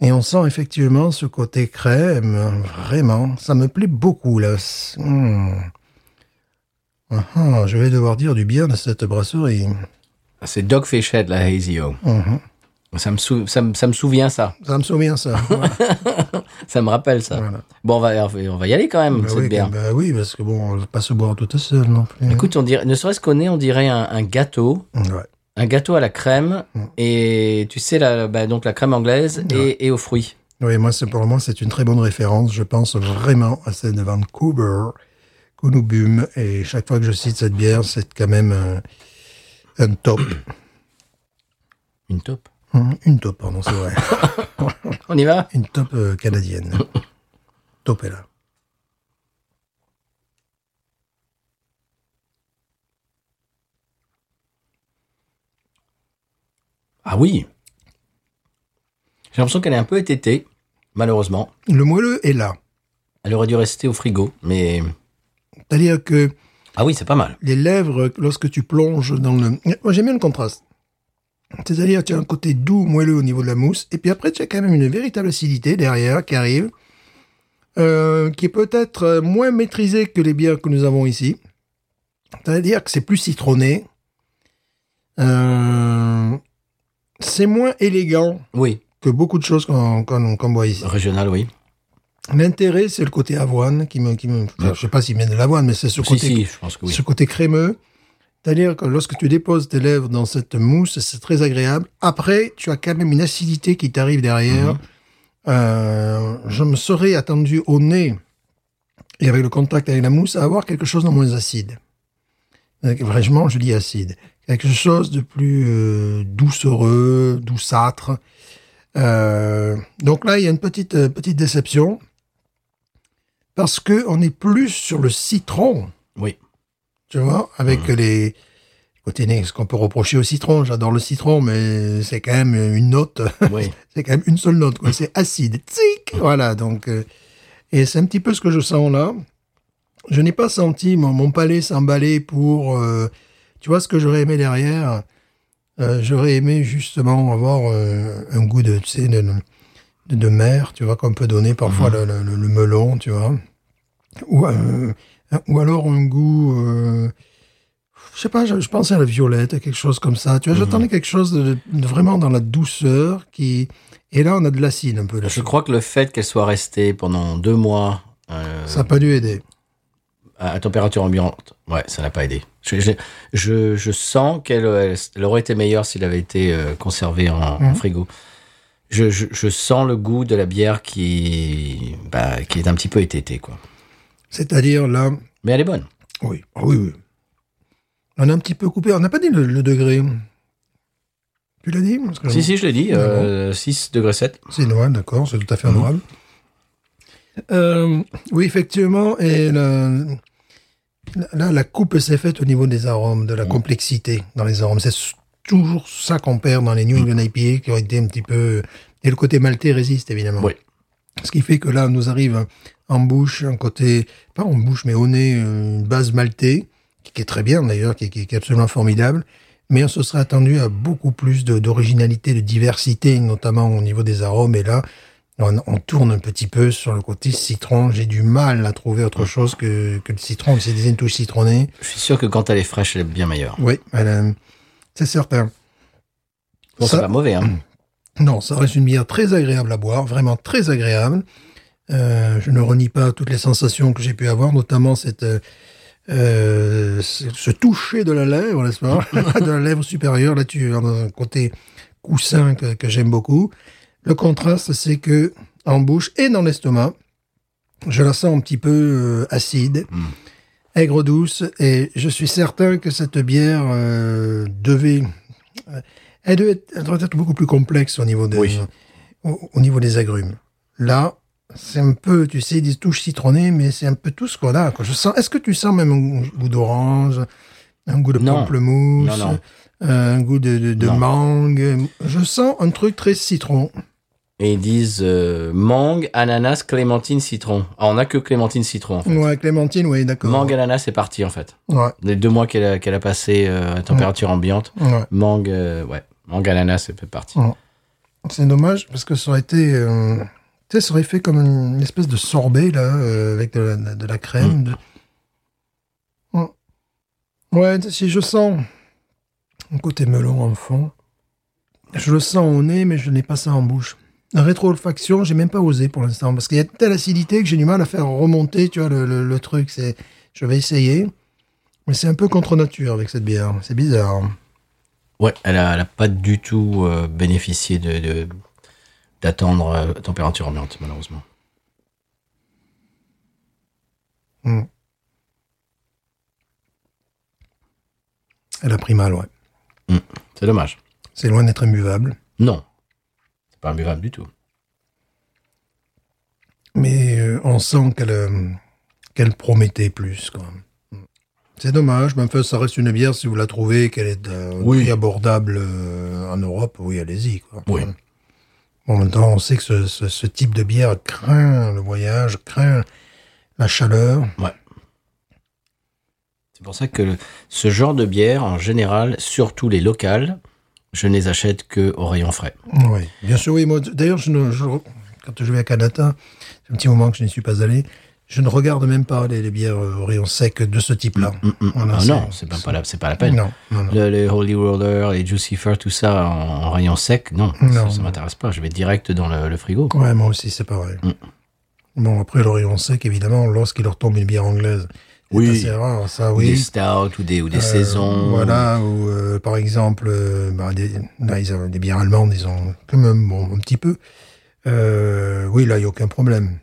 S3: Et on sent effectivement ce côté crème, vraiment. Ça me plaît beaucoup, là. C'est- hmm. Ah, ah, je vais devoir dire du bien de cette brasserie.
S1: C'est Dogfish Head, la Hazy O.
S3: Mhm.
S1: Ça me, sou- ça, me, ça me souvient ça.
S3: Ça me souvient, ça. Voilà.
S1: Ça me rappelle ça.
S3: Voilà.
S1: Bon, on va, on va y aller quand même,
S3: Bah
S1: cette
S3: oui,
S1: bière.
S3: bah oui, parce que bon, on ne pas se boire toute seule non plus.
S1: Écoute, on dirait, ne serait-ce qu'on est, on dirait un, un gâteau.
S3: Ouais.
S1: Un gâteau à la crème.
S3: Mm.
S1: Et tu sais, la, bah, donc la crème anglaise
S3: Ouais.
S1: et, et aux fruits.
S3: Oui, moi, c'est pour moi, c'est une très bonne référence. Je pense vraiment à celle de Vancouver que nous bûmes. Et chaque fois que je cite cette bière, c'est quand même euh, un top.
S1: Une taupe.
S3: Hum, Une top, pardon, c'est vrai.
S1: On y va
S3: Une top euh, canadienne. Top est là.
S1: Ah oui. J'ai l'impression qu'elle est un peu ététée, malheureusement.
S3: Le moelleux est là.
S1: Elle aurait dû rester au frigo, mais...
S3: C'est-à-dire que
S1: Ah oui, c'est pas mal.
S3: les lèvres, lorsque tu plonges dans le... Moi, j'aime bien le contraste. C'est-à-dire, tu as un côté doux, moelleux au niveau de la mousse, et puis après, tu as quand même une véritable acidité derrière qui arrive, euh, qui est peut-être euh, moins maîtrisée que les bières que nous avons ici. C'est-à-dire que c'est plus citronné, Euh, c'est moins élégant
S1: Oui,
S3: que beaucoup de choses qu'on qu'on- qu'on boit ici.
S1: régional, oui.
S3: L'intérêt, c'est le côté avoine qui me... Qui me... enfin, je sais pas s'il met de l'avoine, mais c'est ce
S1: Si,
S3: côté
S1: si, je pense que oui.
S3: ce côté crémeux. C'est-à-dire que lorsque tu déposes tes lèvres dans cette mousse, c'est très agréable. Après, tu as quand même une acidité qui t'arrive derrière.
S1: Mhm.
S3: Euh, je me serais attendu au nez et avec le contact avec la mousse à avoir quelque chose de moins acide. Donc, Vraiment, je dis acide. Quelque chose de plus euh, doucereux, douceâtre. Euh, donc là, il y a une petite, euh, petite déception parce que on est plus sur le citron
S1: Oui.
S3: tu vois, avec les côtés nez, ce qu'on peut reprocher au citron. J'adore le citron, mais c'est quand même une note,
S1: oui.
S3: c'est quand même une seule note, quoi. C'est acide. Tic Voilà, donc. euh, et c'est un petit peu ce que je sens là. Je n'ai pas senti mon, mon palais s'emballer pour. euh, tu vois ce que j'aurais aimé derrière Euh, J'aurais aimé justement avoir euh, un goût de, tu sais, de, de- de mer, tu vois, qu'on peut donner parfois le, le- le- le melon, tu vois. Ou, euh, ou alors un goût. euh, je sais pas, je, je pensais à la violette, à quelque chose comme ça. Tu vois, j'attendais quelque chose de, de vraiment dans la douceur qui. Et là, on a de l'acide un peu. là.
S1: Je crois que le fait qu'elle soit restée pendant deux mois Euh,
S3: Ça n'a pas dû aider.
S1: à à température ambiante. Ouais, ça n'a pas aidé. Je, je, je, je sens qu'elle elle- elle aurait été meilleure s'il avait été euh, conservé en, en
S3: Mhm.
S1: frigo. Je, je, je sens le goût de la bière qui, bah, qui est un petit peu ététée, quoi.
S3: C'est-à-dire là,
S1: Mais elle est bonne.
S3: oui, ah oui, oui. On a un petit peu coupé. On n'a pas dit le, le degré. Tu l'as dit Parce que
S1: Si, si, je l'ai dit,
S3: Ah
S1: euh, 6 degrés 7.
S3: C'est loin, d'accord, c'est tout à fait honorable. Euh, oui, effectivement, et le- là, la coupe s'est faite au niveau des arômes, de la complexité dans les arômes. C'est s- toujours ça qu'on perd dans les New England IPA qui ont été un petit peu. Et le côté maltais résiste, évidemment.
S1: Oui.
S3: Ce qui fait que là, nous arrive en bouche, un côté, pas en bouche, mais au nez, une base maltais, qui, qui est très bien d'ailleurs, qui, qui- qui est absolument formidable. Mais on se serait attendu à beaucoup plus de- d'originalité, de, diversité, notamment au niveau des arômes. Et là, on, on tourne un petit peu sur le côté citron. J'ai du mal à trouver autre chose que, que le citron. C'est des touche citronnée.
S1: Je suis sûr que quand elle est fraîche, elle est bien meilleure.
S3: Oui, elle, euh, c'est certain.
S1: Bon, c'est
S3: Ça- Mhm.
S1: pas mauvais, hein.
S3: Non, ça reste une bière très agréable à boire, vraiment très agréable. Euh, je ne renie pas toutes les sensations que j'ai pu avoir, notamment cette, euh, euh, ce ce toucher de la lèvre, n'est-ce pas De la lèvre supérieure, là tu as un côté coussin que, que j'aime beaucoup. Le contraste, c'est que en bouche et dans l'estomac, je la sens un petit peu euh, acide, aigre douce, et je suis certain que cette bière euh, devait euh, elle doit, être, elle doit être beaucoup plus complexe au niveau des,
S1: Oui.
S3: au, au niveau des agrumes. Là, c'est un peu, tu sais, des touches citronnées, mais c'est un peu tout ce qu'on a. quoi. Je sens. Est-ce que tu sens même un goût d'orange, un goût de
S1: Non.
S3: pamplemousse,
S1: Non, non.
S3: euh, un goût de, de- de
S1: Non.
S3: mangue Je sens un truc très citron.
S1: Et ils disent euh, mangue, ananas, clémentine, citron. Ah, on a que clémentine, citron, en fait.
S3: Ouais, clémentine, oui, d'accord.
S1: Mangue, ananas, c'est parti, en fait.
S3: Ouais,
S1: Les deux mois qu'elle a, qu'elle a passé euh, à température ambiante,
S3: ouais.
S1: mangue, euh, ouais, mangue ananas, c'est fait partie.
S3: C'est dommage parce que ça aurait été, euh, tu sais, ça aurait fait comme une espèce de sorbet là, euh, avec de la, de la crème. de- Mm. Ouais, tu sais, si je sens un côté melon en fond, je le sens au nez, mais je n'ai pas ça en bouche. La rétro-olfaction, j'ai même pas osé pour l'instant parce qu'il y a telle acidité que j'ai du mal à faire remonter, tu vois, le, le- le truc. C'est, je vais essayer, mais c'est un peu contre nature avec cette bière. C'est bizarre.
S1: Ouais, elle a, elle a pas du tout euh, bénéficié de, de- d'attendre euh, température ambiante, malheureusement.
S3: Elle a pris mal, ouais.
S1: C'est dommage.
S3: C'est loin d'être imbuvable.
S1: Non, c'est pas imbuvable du tout.
S3: Mais euh, on sent qu'elle euh, qu'elle promettait plus. Quoi. C'est dommage, mais enfin, ça reste une bière si vous la trouvez, qu'elle est euh,
S1: Oui.
S3: prix abordable euh, en Europe, oui, allez-y. Quoi.
S1: Oui.
S3: Bon, en même temps, on sait que ce, ce- ce type de bière craint le voyage, craint la chaleur.
S1: C'est pour ça que le- ce genre de bière, en général, surtout les locales, je ne les achète que au rayon frais.
S3: Oui, bien sûr, oui. Moi, d'ailleurs, je ne- je- quand je vais à Canada, c'est un petit moment que je n'y suis pas allé, je ne regarde même pas les, les bières euh, au rayon sec de ce type-là.
S1: Mm, mm.
S3: Voilà,
S1: Ah
S3: c'est-
S1: non, c'est pas, pas la, c'est pas la peine.
S3: Non, non, non.
S1: Le- les Holy Roller, les Jucifer, tout ça en, en rayon sec, non,
S3: Non.
S1: ça, ça m'intéresse pas. Je vais direct dans le, le frigo.
S3: Ouais, moi aussi, c'est pareil.
S1: Mm.
S3: Bon, après, l'Orient sec, évidemment, lorsqu'il leur tombe une bière anglaise, c'est
S1: Oui.
S3: assez rare, ça,
S1: Ou Des
S3: oui.
S1: stouts ou des, ou des
S3: Euh,
S1: saisons.
S3: Voilà, ou euh, par exemple, euh, bah, des, là, ils ont des bières allemandes, ils ont quand même bon, un petit peu. Euh, oui, là, il n'y a aucun problème.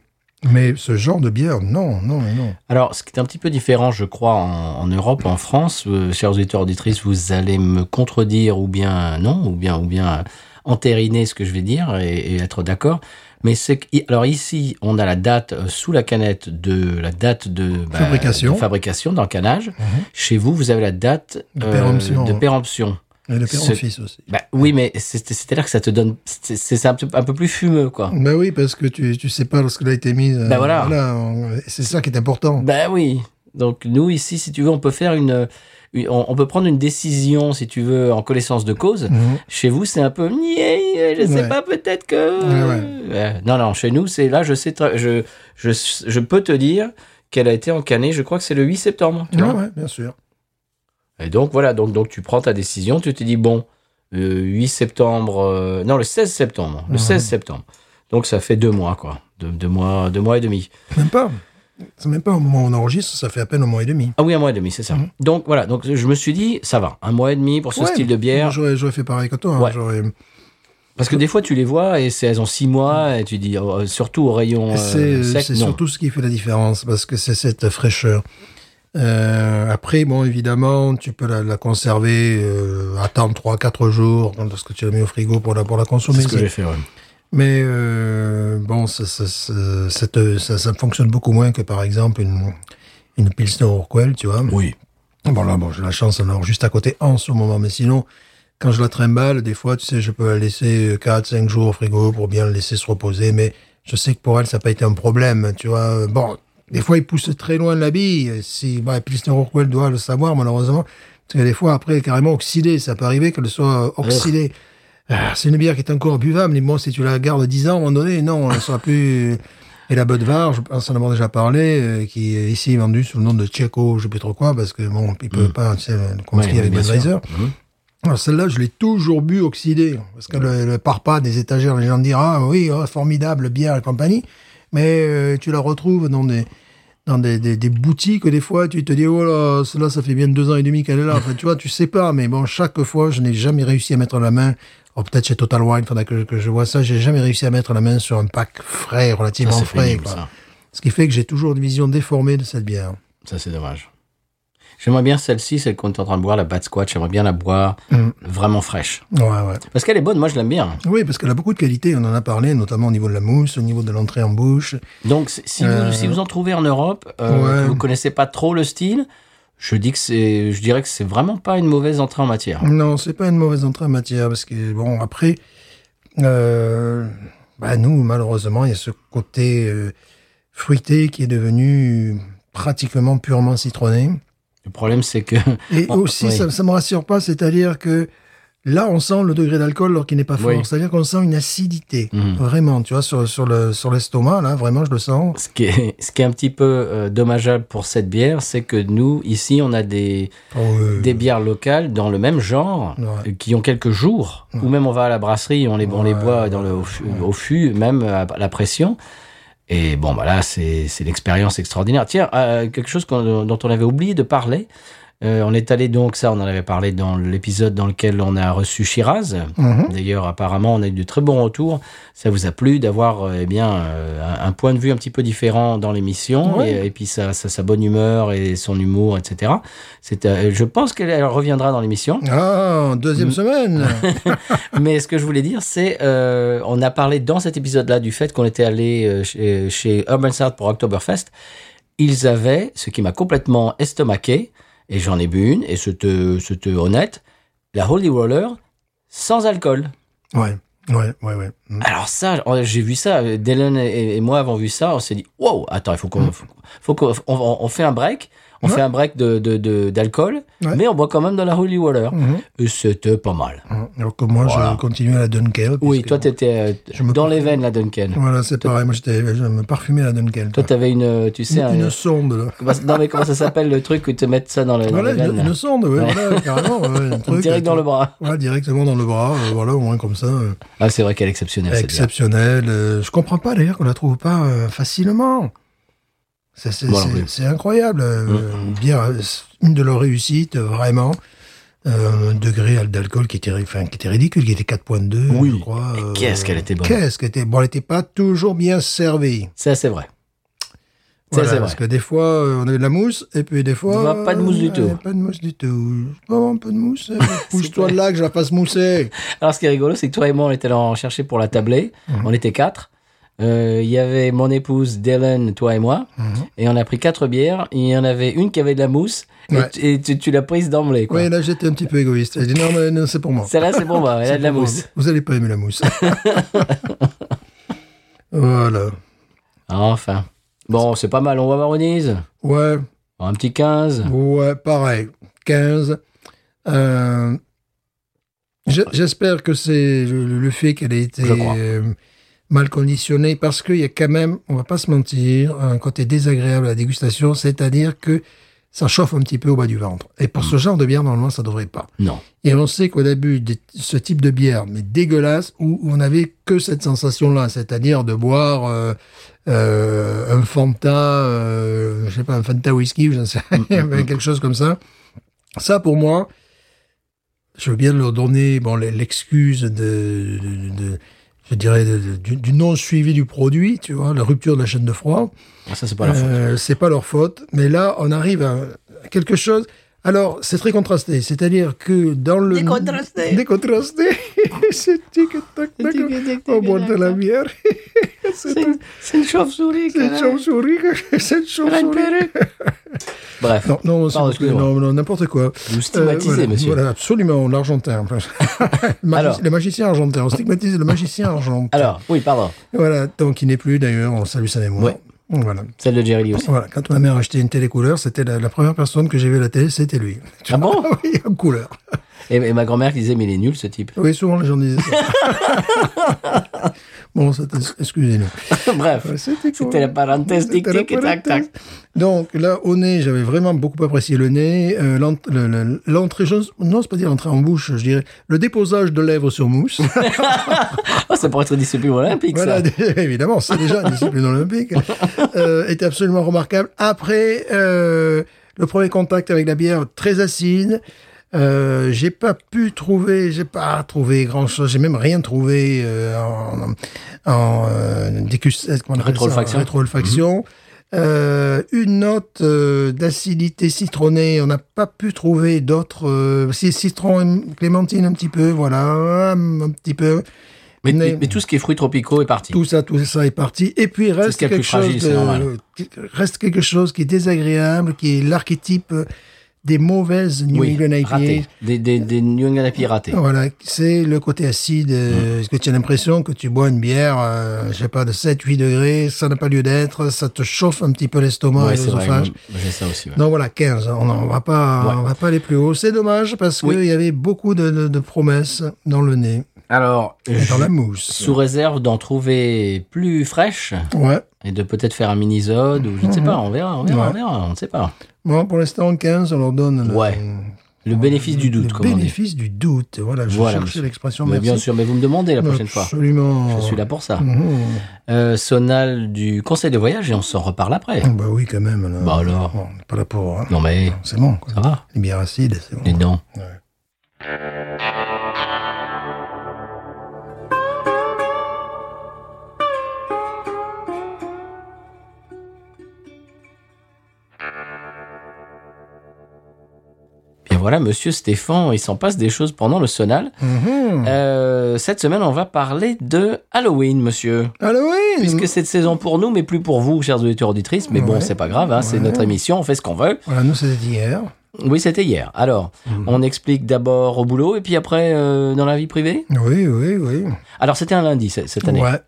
S3: Mais ce genre de bière, non, non, non.
S1: Alors, ce qui est un petit peu différent, je crois, en, en Europe, en France, euh, chers auditeurs, auditrices, vous allez me contredire ou bien non, ou bien ou bien euh, entériner ce que je vais dire et, et être d'accord. Mais c'est que, i- alors ici, on a la date euh, sous la canette de la date de bah,
S3: Fabrication. Mhm.
S1: de fabrication d'encanage. Chez vous, vous avez la date euh,
S3: De péremption.
S1: de péremption.
S3: Et le père
S1: Ce-
S3: en fils aussi.
S1: Bah, oui, mais c'est- c'est-à-dire que ça te donne, c'est c'est un, peu- un peu plus fumeux, quoi.
S3: Ben oui, parce que tu tu sais pas lorsqu'elle a été mise.
S1: Bah voilà.
S3: euh, on- c'est ça qui est important.
S1: Ben oui. Donc nous ici, si tu veux, on peut faire une, une- on, on peut prendre une décision, si tu veux, en connaissance de cause.
S3: Mhm.
S1: Chez vous, c'est un peu, Nier, je sais
S3: Ouais.
S1: pas, peut-être que.
S3: Ouais,
S1: Euh, non, non, chez nous, c'est là, je sais, très- je, je, je peux te dire qu'elle a été encanée. Je crois que c'est le 8 septembre. tu
S3: Ouais,
S1: vois.
S3: ouais, bien sûr.
S1: Et donc voilà, donc donc tu prends ta décision, tu te dis bon, le 8 septembre, euh, non le 16 septembre, le
S3: Mhm.
S1: 16 septembre. Donc ça fait deux mois quoi, deux, deux mois, deux mois et demi.
S3: Même pas. C'est même pas au moment où on enregistre, ça fait à peine un mois et demi.
S1: Ah oui, un mois et demi, c'est ça. Donc voilà, donc je me suis dit, ça va, un mois et demi pour ce
S3: Mhm. Ouais,
S1: style de bière.
S3: J'aurais j'aurais fait pareil que toi. hein.
S1: Ouais.
S3: J'aurais-
S1: Parce que des fois, tu les vois et c'est- elles ont six mois et tu dis, oh, surtout au rayon euh,
S3: C'est
S1: sec,
S3: c'est
S1: non.
S3: surtout ce qui fait la différence, parce que c'est cette fraîcheur. Euh, après, bon, évidemment, tu peux la, la conserver, euh, attendre 3-4 jours, lorsque tu la mets au frigo pour la, pour la
S1: C'est
S3: consommer.
S1: ce que j'ai fait, ouais.
S3: Mais euh, bon, ça, ça, ça, cette- ça- ça fonctionne beaucoup moins que, par exemple, une, une Pilsner Urquell, tu vois.
S1: Oui.
S3: Bon, là, bon, j'ai la chance d'en avoir juste à côté en ce moment, mais sinon, quand je la trimballe, des fois, tu sais, je peux la laisser 4-5 jours au frigo pour bien la laisser se reposer, mais je sais que pour elle, ça n'a pas été un problème, tu vois. Euh, Bon, des fois, il pousse très loin la bille, si, bah, Pilsner Urquell doit le savoir, malheureusement, parce que des fois, après, elle est carrément oxydée, ça peut arriver qu'elle soit euh, oxydée. Ah, C'est une bière qui est encore buvable, mais bon, si tu la gardes 10 ans, à un moment donné, non, elle sera plus... euh, Et la Budvar, je pense en avoir déjà parlé, euh, qui est ici vendue sous le nom de Tcheco, je sais plus trop quoi, parce que bon, il peut pas, tu sais, le conflit
S1: Mm. Ouais,
S3: avec
S1: bien sûr.
S3: Budweiser.
S1: Mhm.
S3: Alors Ah, celle-là, je l'ai toujours bu oxydée, parce qu'elle ne part pas des étagères, les gens diront, ah oui, oh, formidable, bière et compagnie, mais euh, tu la retrouves dans des dans des, des, des boutiques, des fois, tu te dis, oh là, celle-là, ça fait bien deux ans et demi qu'elle est là. Enfin, tu vois, tu sais pas, mais bon, chaque fois, je n'ai jamais réussi à mettre la main. Oh, peut-être chez Total Wine, faudrait que, je- que je vois ça. J'ai jamais réussi à mettre la main sur un pack frais,
S1: Ça,
S3: relativement
S1: c'est
S3: frais.
S1: pénible,
S3: quoi.
S1: ça.
S3: Ce qui fait que j'ai toujours une vision déformée de cette bière.
S1: Ça, c'est dommage. J'aimerais bien celle-ci, celle qu'on est en train de boire, la Bad Squat. J'aimerais bien la boire
S3: Mhm.
S1: vraiment fraîche.
S3: Ouais, ouais.
S1: Parce qu'elle est bonne, moi, je l'aime bien.
S3: Oui, parce qu'elle a beaucoup de qualités. On en a parlé, notamment au niveau de la mousse, au niveau de l'entrée en bouche.
S1: Donc, si- si,
S3: Euh.
S1: vous, si vous en trouvez en Europe, euh,
S3: Ouais.
S1: que vous connaissez pas trop le style, je, dis que c'est, je dirais que c'est vraiment pas une mauvaise entrée en matière.
S3: Non, c'est pas une mauvaise entrée en matière parce que bon après, euh, bah nous malheureusement il y a ce côté euh, fruité qui est devenu pratiquement purement citronné.
S1: Le problème, c'est que.
S3: Et
S1: Bon,
S3: aussi
S1: Ah, oui.
S3: ça, ça me rassure pas, c'est-à-dire que là on sent le degré d'alcool alors qu'il n'est pas fort,
S1: Oui.
S3: c'est-à-dire qu'on sent une acidité
S1: Mhm.
S3: vraiment, tu vois sur sur le sur l'estomac là vraiment je le sens.
S1: Ce qui, est, ce qui est un petit peu euh, dommageable pour cette bière, c'est que nous, ici, on a des,
S3: Oh, euh,
S1: des bières locales dans le même genre,
S3: Ouais.
S1: euh, qui ont quelques jours, ou même on va à la brasserie, on les, on les
S3: Ouais,
S1: boit dans le, au, fu- au fût, même à la pression. Et bon, bah là, c'est c'est l'expérience extraordinaire. Tiens, euh, quelque chose qu'on- dont on avait oublié de parler, euh, on est allé donc, ça, on en avait parlé dans l'épisode dans lequel on a reçu Shiraz.
S3: mhm.
S1: D'ailleurs, apparemment, on a eu de très bons retours. Ça vous a plu d'avoir euh, eh bien euh, un, un point de vue un petit peu différent dans l'émission
S3: Ouais.
S1: et, et puis sa, sa, sa bonne humeur et son humour, etc. C'est, euh, je pense qu'elle elle reviendra dans l'émission.
S3: Ah, deuxième
S1: Mhm.
S3: semaine.
S1: Mais ce que je voulais dire, c'est euh, on a parlé dans cet épisode-là du fait qu'on était allé euh, chez, chez Urban South pour Oktoberfest. Ils avaient, ce qui m'a complètement estomaqué, et j'en ai bu une, et c'était c'était honnête, la Holy Roller sans alcool.
S3: Ouais, ouais, ouais, ouais. Mhm.
S1: Alors ça, on- j'ai vu ça. euh, Dylan et, et moi avons vu ça. On s'est dit, wow, attends, il faut qu'on, faut, faut qu'on, on, on- on fait un break. On
S3: Hmm. Ouais.
S1: fait un break de, de, de- d'alcool,
S3: Ouais.
S1: mais on boit quand même de la Holy Water.
S3: Mhm.
S1: Et c'était pas mal.
S3: Mhm. Alors que moi
S1: Voilà.
S3: je continue à la Dunkerque.
S1: Oui,
S3: puisque-
S1: toi, t'étais euh,
S3: Je me
S1: dans les
S3: parfume.
S1: veines, la Duncan.
S3: Voilà, c'est pareil. Moi, j'étais, je me parfumais la Dunkel.
S1: Toi, t'avais une, euh, tu sais,
S3: une,
S1: un-
S3: une sonde, là.
S1: comment- non mais comment ça s'appelle le truc où ils te mettent ça dans, le, dans
S3: Voilà,
S1: les veines
S3: une, une sonde, ouais,
S1: Ouais.
S3: voilà, carrément. ouais, un truc,
S1: Direct dans le bras.
S3: Ouais, directement dans le bras, euh, voilà, au moins comme ça. euh,
S1: Ah, c'est vrai qu'elle est exceptionnelle. cette bière.
S3: exceptionnel. euh, je comprends pas d'ailleurs qu'on la trouve pas euh, facilement. Ça, C'est,
S1: Moi non
S3: c'est-
S1: plus.
S3: c'est incroyable. euh,
S1: Hum.
S3: une bière, euh, c'est une de leurs réussites, euh, vraiment. Euh, un degré d'alcool qui était, ri- enfin, qui était ridicule, qui était 4.2,
S1: Oui.
S3: je crois.
S1: Mais
S3: euh,
S1: qu'est-ce qu'elle était bonne.
S3: Qu'est-ce qu'elle était... Bon, elle n'était pas toujours bien servie.
S1: Ça, c'est vrai. Ça,
S3: Voilà,
S1: c'est vrai.
S3: parce que des fois, euh, on avait de la mousse, et puis des fois.
S1: Bah, pas de mousse du
S3: euh,
S1: tout.
S3: Pas de mousse du tout. Bon, un peu de mousse. euh, Pousse-toi de là que je la fasse mousser.
S1: Alors, ce qui est rigolo, c'est que toi et moi, on était allés en chercher pour la tablée.
S3: Mhm.
S1: On était quatre. Euh, Il y avait mon épouse, Dylan, toi et moi.
S3: Mhm.
S1: Et on a pris quatre bières. Il y en avait une qui avait de la mousse. et
S3: Ouais.
S1: tu- Et, tu, tu l'as prise d'emblée, quoi.
S3: Oui, là, j'étais un petit peu égoïste. J'ai dit non, mais non, c'est pour moi.
S1: Celle-là, c'est pour moi. Elle a
S3: C'est
S1: de la
S3: pour moi.
S1: mousse.
S3: Vous allez pas aimer la mousse. voilà.
S1: Enfin. Bon, c'est pas mal. On va Maronise.
S3: Ouais,
S1: Un petit 15.
S3: ouais, pareil. 15. Euh, je- J'espère que c'est le, le fait qu'elle ait été
S1: Je crois.
S3: euh, mal conditionnée parce qu'il y a quand même, on va pas se mentir, un côté désagréable à la dégustation, c'est-à-dire que ça chauffe un petit peu au bas du ventre. Et pour ce genre de bière, normalement, ça devrait pas.
S1: Mm. Non.
S3: Et on sait qu'au début, des- ce type de bière, mais dégueulasse, où on n'avait que cette sensation-là, c'est-à-dire de boire euh, euh, un Fanta, euh, je sais pas, un Fanta whisky, ou j'en sais
S1: Mm,
S3: rien, mais quelque chose comme ça. Ça, pour moi, je veux bien leur donner bon, l- l'excuse de, de- de- je dirais, de- de- du, du non-suivi du produit, tu vois, la rupture de la chaîne de froid.
S1: Ah, Ça, c'est pas la faute.
S3: Euh, c'est pas leur faute. Mais là, on arrive à quelque chose. Alors, c'est très contrasté. C'est-à-dire que dans le.
S4: Décontrasté.
S3: Décontrasté. c'est tic-tac, tac, au bord de la bière. c'est une chauve-souris. C'est une chauve-souris. C'est une chauve-souris.
S1: Bref.
S3: Euh, Non, non, c'est-
S1: Pardon, excusez-moi.
S3: non, non, n'importe quoi.
S1: Vous stigmatisez,
S3: voilà,
S1: monsieur.
S3: Voilà, absolument, l'argentin. en fait. Magi-
S1: Alors.
S3: le magicien argentin. On stigmatise le magicien argentin.
S1: Alors, oui, pardon.
S3: Voilà, tant qu'il n'est plus d'ailleurs, on salue sa mémoire.
S1: Ouais.
S3: Voilà.
S1: Celle de Jerry Lee aussi.
S3: Voilà, quand ma mère achetait une télé couleur, c'était la, la première personne que j'ai vue à la télé, c'était lui.
S1: Ah bon
S3: oui, en couleur.
S1: Et, et ma grand-mère qui disait, mais il est nul ce type.
S3: Oui, souvent les gens disaient ça. bon, c'était- excusez-nous.
S1: Bref.
S3: Ouais, C'était
S1: C'était la parenthèse tic
S3: C'était la
S1: tic et tac tac.
S3: parenthèse. Donc là, au nez, j'avais vraiment beaucoup apprécié le nez. euh, l'ent- le- le- l'entrée, j'ose- non, c'est pas dire l'entrée en bouche, je dirais le déposage de lèvres sur mousse.
S1: Oh, ça pourrait être une discipline olympique,
S3: Voilà,
S1: ça.
S3: évidemment, c'est déjà une discipline olympique. Euh, était absolument remarquable. Après, euh, le premier contact avec la bière, très acide. Euh, j'ai pas pu trouver, j'ai pas trouvé grand chose, j'ai même rien trouvé euh, en, en euh, décus- euh, comment on appelle ça
S1: Rétro-olfaction.
S3: Rétro-olfaction. Euh, une note euh, d'acidité citronnée, on n'a pas pu trouver d'autres. euh, si citron, et clémentine un petit peu, voilà, un petit peu.
S1: Mais,
S3: Mais-
S1: mais- mais tout ce qui est fruits tropicaux est parti.
S3: Tout ça, tout ça est parti. Et puis
S1: C'est
S3: reste
S1: ce qu'il y a de
S3: quelque
S1: plus fragile,
S3: chose,
S1: c'est normal.
S3: de, reste quelque chose qui est désagréable, qui est l'archétype des mauvaises New
S1: oui,
S3: England IPA.
S1: raté. Des, des, des New England IPA ratés.
S3: Voilà, c'est le côté acide.
S1: Mm.
S3: euh, Est-ce que tu as l'impression que tu bois une bière, euh, je sais pas, de 7-8 degrés, ça n'a pas lieu d'être, ça te chauffe un petit peu l'estomac
S1: Ouais,
S3: et
S1: c'est vrai.
S3: l'œsophage.
S1: moi, J'ai ça aussi. ouais.
S3: Donc voilà, 15. On n'en va pas,
S1: Ouais.
S3: on va pas aller plus haut. C'est dommage parce
S1: Oui.
S3: qu'il y avait beaucoup de, de- de promesses dans le nez
S1: Alors,
S3: et dans
S1: je-
S3: la mousse.
S1: sous réserve d'en trouver plus fraîche
S3: Ouais.
S1: et de peut-être faire un mini-zode ou je ne sais pas, on verra, on verra,
S3: Ouais.
S1: on verra, on ne sait pas.
S3: Bon, pour l'instant, 15, on leur donne le-
S1: Ouais. Le bénéfice du doute,
S3: Le
S1: comme on dit.
S3: bénéfice du doute. Voilà, je
S1: Voilà,
S3: cherchais
S1: monsieur.
S3: l'expression.
S1: Mais
S3: merci.
S1: bien sûr, mais vous me demandez la prochaine fois.
S3: Absolument.
S1: Je suis là pour ça.
S3: Mhm.
S1: Euh, sonal du conseil de voyage et on s'en reparle après.
S3: Ah Bah oui, quand même. là.
S1: Bah alors.
S3: Bon, on n'est pas là pour. hein.
S1: Non mais,
S3: C'est bon. Quoi.
S1: ça va,
S3: Les bières acides, c'est
S1: dis
S3: bon.
S1: donc. Bien voilà, monsieur Stéphane, il s'en passe des choses pendant le sonal.
S3: Mhm.
S1: Euh, cette semaine, on va parler de Halloween, monsieur.
S3: Halloween
S1: Puisque c'est de saison pour nous, mais plus pour vous, chers auditeurs auditrices. Mais bon,
S3: Hmm. Ouais.
S1: c'est pas grave, hein, c'est
S3: Ouais.
S1: notre émission, on fait ce qu'on veut.
S3: Voilà, nous, c'était hier.
S1: Oui, c'était hier. Alors, on explique d'abord au boulot et puis après euh, dans la vie privée.
S3: Oui, oui, oui.
S1: Alors, c'était un lundi ce- cette année.
S3: Ouais.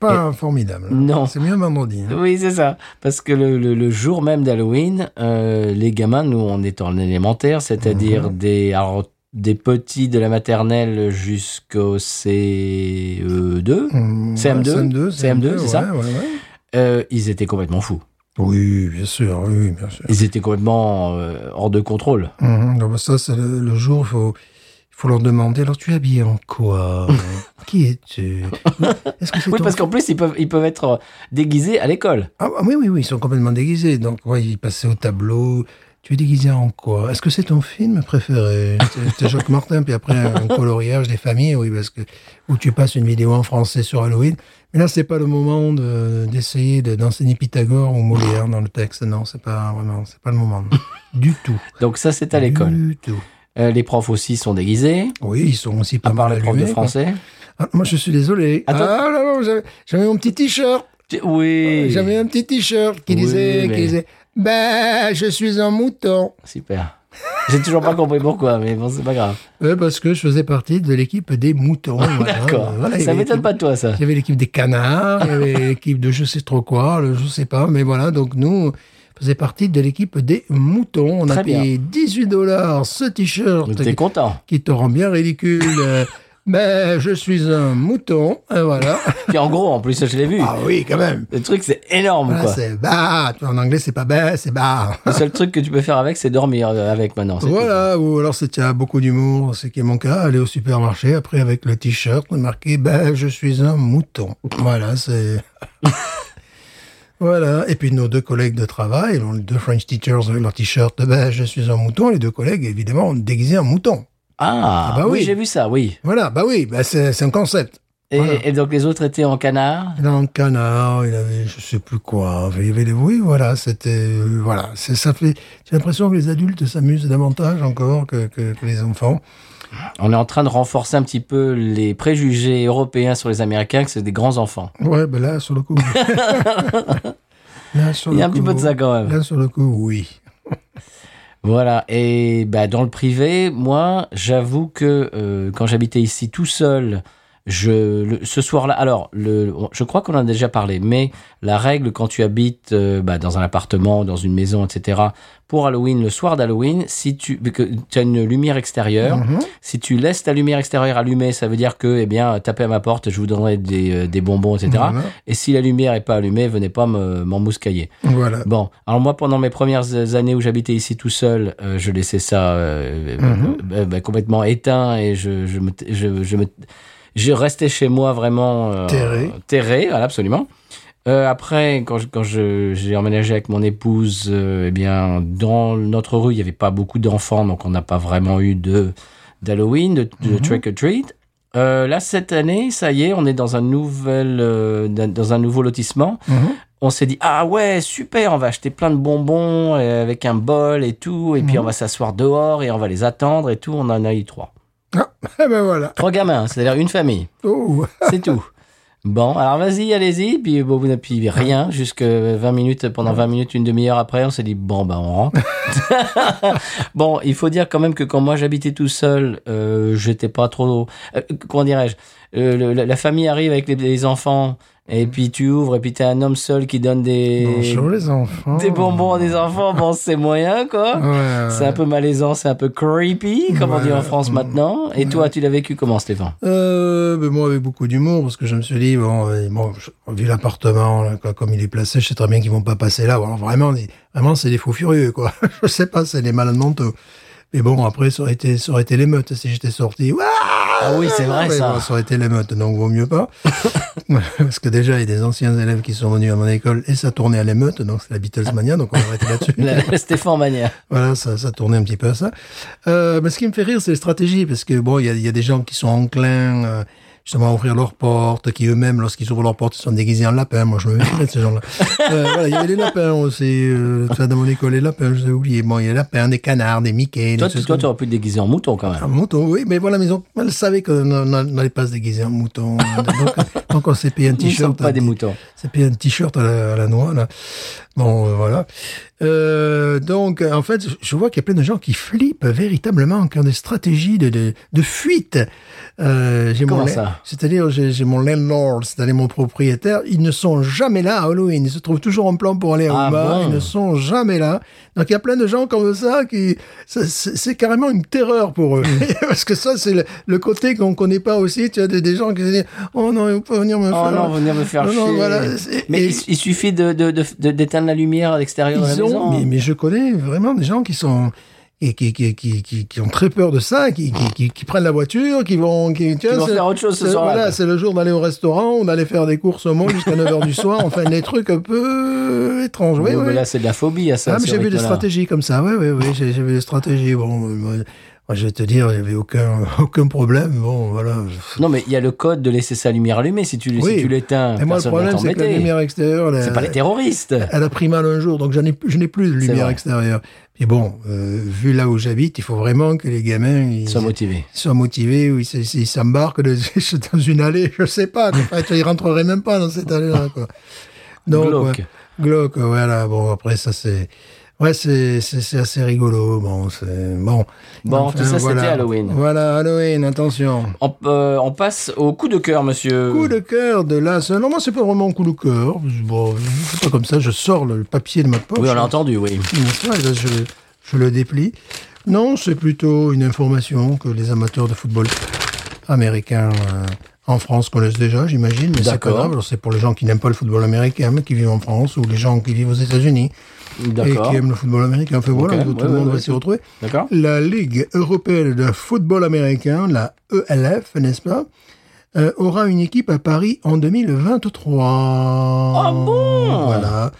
S3: Pas formidable.
S1: Non.
S3: C'est mieux un vendredi. hein.
S1: Oui, c'est ça. Parce que le, le- le jour même d'Halloween, euh, les gamins, nous, on est en élémentaire, c'est-à-dire des, alors, des petits de la maternelle jusqu'au E CE2.
S3: Mhm.
S1: CM2,
S3: CM2,
S1: CM2, c'est ça
S3: ouais, ouais, ouais.
S1: Euh, ils étaient complètement fous.
S3: Oui, bien sûr. Oui, bien sûr.
S1: Ils étaient complètement euh, hors de contrôle.
S3: Mhm, non, bah ça, c'est le, le jour il faut, faut leur demander alors, tu es habillé en quoi Qui es-tu Est-ce que c'est
S1: Oui,
S3: ton
S1: parce qu'en plus, ils peuvent, ils peuvent être euh, déguisés à l'école.
S3: Ah ah oui, oui, oui, ils sont complètement déguisés. Donc, ouais, ils passaient au tableau. Tu es déguisé en quoi Est-ce que c'est ton film préféré C'était- C'était Jacques Martin, puis après un coloriage des familles, oui, parce que où tu passes une vidéo en français sur Halloween. Mais là, c'est pas le moment de- d'essayer de- d'enseigner Pythagore ou Molière dans le texte. Non, c'est pas vraiment, c'est pas le moment du tout.
S1: Donc ça,
S3: Ah
S1: c'est à l'école.
S3: Du tout.
S1: Euh, les profs aussi sont déguisés,
S3: Oui, ils sont aussi pas
S1: à part
S3: mal
S1: les profs de
S3: allumés, quoi.
S1: français.
S3: Ah, moi, je suis désolé.
S1: Attends.
S3: Ah là là, j'avais- j'avais mon petit t-shirt.
S1: Tu- Oui.
S3: J'avais un petit t-shirt qui
S1: Oui,
S3: disait, qui
S1: mais-
S3: disait, bah, je suis un mouton.
S1: Super. J'ai toujours pas compris pourquoi, mais bon, c'est pas grave.
S3: Ouais, parce que je faisais partie de l'équipe des moutons. voilà.
S1: D'accord.
S3: Voilà, il y
S1: ça
S3: avait
S1: m'étonne
S3: l'équipe-
S1: pas de toi, ça.
S3: Il y avait l'équipe des canards, il y avait l'équipe de je sais trop quoi, le je sais pas, mais voilà, donc nous, on faisait partie de l'équipe des moutons. On a
S1: Très bien.
S3: payé 18 dollars ce t-shirt
S1: Donc t'es
S3: qui,
S1: content.
S3: qui te rend bien ridicule. Euh, Ben, je suis un mouton, et voilà.
S1: Puis en gros, en plus, ça, je l'ai vu.
S3: ah oui, quand même.
S1: Le truc, c'est énorme,
S3: Voilà,
S1: quoi.
S3: c'est bah. Tu vois, En anglais, c'est pas bah, c'est bah.
S1: Le seul truc que tu peux faire avec, c'est dormir euh, avec maintenant. c'est
S3: Voilà, ou alors si tu as beaucoup d'humour, ce qui est mon cas, aller au supermarché après avec le t-shirt marqué ben, je suis un mouton. Voilà, c'est. voilà, et puis nos deux collègues de travail, les deux French teachers avec leur t-shirt ben, je suis un mouton, les deux collègues évidemment déguisés en mouton.
S1: tout. Ah,
S3: Ah bah
S1: oui,
S3: oui.
S1: j'ai vu ça, oui.
S3: Voilà, bah oui, bah c'est c'est un concept.
S1: Et,
S3: Voilà.
S1: et donc les autres étaient en canard.
S3: Il avait un canard, il avait je sais plus quoi. Il y avait des... Oui, voilà, c'était... euh, Voilà, c'est- ça fait... J'ai l'impression que les adultes s'amusent davantage encore que, que- que les enfants.
S1: On est en train de renforcer un petit peu les préjugés européens sur les Américains, que c'est des grands enfants.
S3: Ouais, ben là, sur le coup... Là, sur
S1: Il y a un
S3: le
S1: petit
S3: coup,
S1: peu de ça quand même.
S3: Là, sur le coup, oui.
S1: Voilà. Et bah, dans le privé, moi, j'avoue que euh, quand j'habitais ici tout seul, je, le- ce soir-là, alors, le, on- je crois qu'on en a déjà parlé, mais la règle quand tu habites euh, bah, dans un appartement, dans une maison, etc., pour Halloween, le soir d'Halloween, si tu, que tu as une lumière extérieure,
S3: Mhm.
S1: si tu laisses ta lumière extérieure allumée, ça veut dire que, eh bien, tapez à ma porte, je vous donnerai des, euh, des bonbons, etc.
S3: Voilà.
S1: Et si la lumière est pas allumée, venez pas me- m'emmouscailler.
S3: Voilà.
S1: Bon, alors moi, pendant mes premières euh, années où j'habitais ici tout seul, euh, je laissais ça euh,
S3: Mhm.
S1: euh, bah, complètement éteint et je, je, me, je, je me- je restais chez moi vraiment euh,
S3: Terré.
S1: terré, voilà, absolument. Euh, après, quand je- quand je- j'ai emménagé avec mon épouse, euh, eh bien, dans notre rue, il n'y avait pas beaucoup d'enfants, donc on n'a pas vraiment eu de d'Halloween, de, de
S3: Mhm.
S1: trick or treat. Euh, là, cette année, ça y est, on est dans un nouvel, euh, dans- dans un nouveau lotissement
S3: Mhm.
S1: on s'est dit ah ouais super on va acheter plein de bonbons euh, avec un bol et tout et puis
S3: Mhm.
S1: on va s'asseoir dehors et on va les attendre et tout on en a eu trois
S3: Ah, ben voilà.
S1: trois gamins c'est-à-dire une famille
S3: Oh.
S1: c'est tout bon alors vas-y allez-y puis bon vous puis rien jusque 20 minutes pendant 20 minutes une demi-heure après on s'est dit bon ben on rentre bon il faut dire quand même que quand moi j'habitais tout seul euh, j'étais pas trop euh, comment dirais-je Euh, le- la, la famille arrive avec les, les enfants et puis tu ouvres et puis t'es un homme seul qui donne des
S3: Bonjour les enfants.
S1: des bonbons à des enfants, bon, c'est moyen, quoi.
S3: Ouais,
S1: C'est un peu malaisant, c'est un peu creepy, comme on dit en
S3: Ouais.
S1: France maintenant. Et toi, tu l'as vécu comment, Stéphane
S3: Euh, ben moi, avec beaucoup d'humour, parce que je me suis dit, bon, euh, bon je- vu l'appartement, là, quoi, comme il est placé, je sais très bien qu'ils vont pas passer là. Alors, vraiment, les- vraiment, c'est des fous furieux, quoi. je sais pas, c'est des malades mentaux. Mais bon, après, ça aurait été, ça aurait été l'émeute si j'étais sorti. Ouah
S1: Ah oui, c'est vrai,
S3: Mais
S1: ça.
S3: bon, ça aurait été l'émeute, donc vaut mieux pas. parce que déjà, il y a des anciens élèves qui sont venus à mon école et ça tournait à l'émeute, donc c'est la Beatles Mania, donc on aurait été là-dessus.
S1: Stéphane Manière.
S3: Voilà, ça, ça tournait un petit peu à ça. Euh, mais ce qui me fait rire, c'est les stratégies, parce que bon, il y a, il y a des gens qui sont enclins euh, justement à ouvrir leurs portes, qui eux-mêmes, lorsqu'ils ouvrent leurs portes, ils sont déguisés en lapins. Moi, je me méfie de ces gens-là. Euh, voilà, il y avait les lapins aussi. Euh, ça, dans mon école, les lapins, je les ai oubliés. Bon, il y a les lapins, des canards, des Mickey.
S1: Toi,
S3: des-
S1: tu toi, tu aurais pu te déguiser en mouton, quand même.
S3: un mouton, oui, mais voilà, mais ils ont- elle savait qu'on on n'allait pas se déguiser en mouton. Donc, donc on s'est payé un
S1: Ils ne sont
S3: t-shirt. hein.
S1: pas
S3: à
S1: des
S3: dix-
S1: moutons.
S3: c'est puis un t-shirt à la, à la noix, là. Bon, euh, voilà. Euh, donc, en fait, je- je vois qu'il y a plein de gens qui flippent véritablement quand des stratégies de, de, de fuite. Euh, j'ai mon
S1: Comment
S3: la-
S1: ça
S3: C'est-à-dire, j'ai j'ai mon landlord, c'est-à-dire mon propriétaire. Ils ne sont jamais là à Halloween. Ils se trouvent toujours en plan pour aller au
S1: Ah
S3: bar.
S1: bon
S3: Ils ne sont jamais là. Donc, il y a plein de gens comme ça qui... ça, C'est c'est carrément une terreur pour eux.
S1: Mm.
S3: Parce que ça, c'est le, le côté qu'on connaît pas aussi. Tu as des, des gens qui se disent « Oh non, ils vont pas venir me
S1: Oh
S3: faire...
S1: non, vous venez me faire
S3: Non, non,
S1: chier.
S3: voilà, c'est-
S1: Mais
S3: et-
S1: il, s- il suffit de- de- de- de- d'éteindre la lumière à l'extérieur de la
S3: Ils ont,
S1: maison.
S3: mais, mais je connais vraiment des gens qui sont et qui, qui, qui, qui, qui ont très peur de ça, qui, qui, qui, qui prennent la voiture, qui vont, qui, tiens,
S1: Ils vont
S3: c'est-
S1: faire autre chose ce
S3: c'est-
S1: soir-là,
S3: Voilà,
S1: quoi.
S3: c'est le jour d'aller au restaurant, on allait faire des courses au monde jusqu'à 9h du soir, enfin des trucs un peu étranges. Oui,
S1: Oui,
S3: oui.
S1: mais là, c'est de la phobie, à ça.
S3: Ah, mais
S1: ce
S3: j'ai vu des
S1: rythme-là.
S3: stratégies comme ça, oui, oui, oui, j'ai j'ai vu des stratégies. Bon, euh, moi, moi, je vais te dire, il n'y avait aucun, aucun problème. Bon, voilà.
S1: Non, mais il y a le code de laisser sa lumière allumée. Si tu, si
S3: Oui.
S1: tu l'éteins,
S3: Et moi, le
S1: Ah, personne ne va
S3: problème, c'est que la
S1: t'embêter.
S3: lumière euh, extérieure, la-
S1: C'est pas les terroristes.
S3: elle a pris mal un jour, donc j'en ai, je n'ai plus de
S1: C'est
S3: lumière
S1: vrai.
S3: extérieure. Et bon, euh, vu là où j'habite, il faut vraiment que les gamins ils
S1: Ils sont motivés.
S3: ils soient motivés ou ils se- ils s'embarquent de- dans une allée, je sais pas. quoi. Enfin, tu vois, ils rentreraient même pas dans cette allée-là. quoi. Donc,
S1: Glauque.
S3: ouais. Glauque, voilà. Bon, après, ça, c'est... Ouais, c'est c'est- c'est assez rigolo. Bon, c'est... Bon,
S1: Bon, tout ça, c'était
S3: voilà.
S1: Halloween.
S3: Voilà, Halloween, attention.
S1: On, euh, on passe au coup de cœur, monsieur.
S3: Coup de cœur de la... Non, moi, c'est pas vraiment un coup de cœur. Bon, c'est pas comme ça, je sors le papier de ma poche.
S1: Oui, on l'a entendu, oui.
S3: Bien sûr, et là, je, je le déplie. Non, c'est plutôt une information que les amateurs de football américains euh, en France connaissent déjà, j'imagine, mais c'est pas
S1: D'accord.
S3: grave. Alors, C'est pour les gens qui n'aiment pas le football américain, mais qui vivent en France, ou les gens qui vivent aux États-Unis et
S1: D'accord.
S3: qui aiment le football américain. Enfin, voilà,
S1: Ok,
S3: tout
S1: ouais,
S3: le monde
S1: ouais,
S3: va
S1: ouais.
S3: s'y retrouver.
S1: D'accord.
S3: La Ligue européenne de football américain, la ELF, n'est-ce pas euh, aura une équipe à Paris en 2023. Ah
S1: bon
S3: Voilà.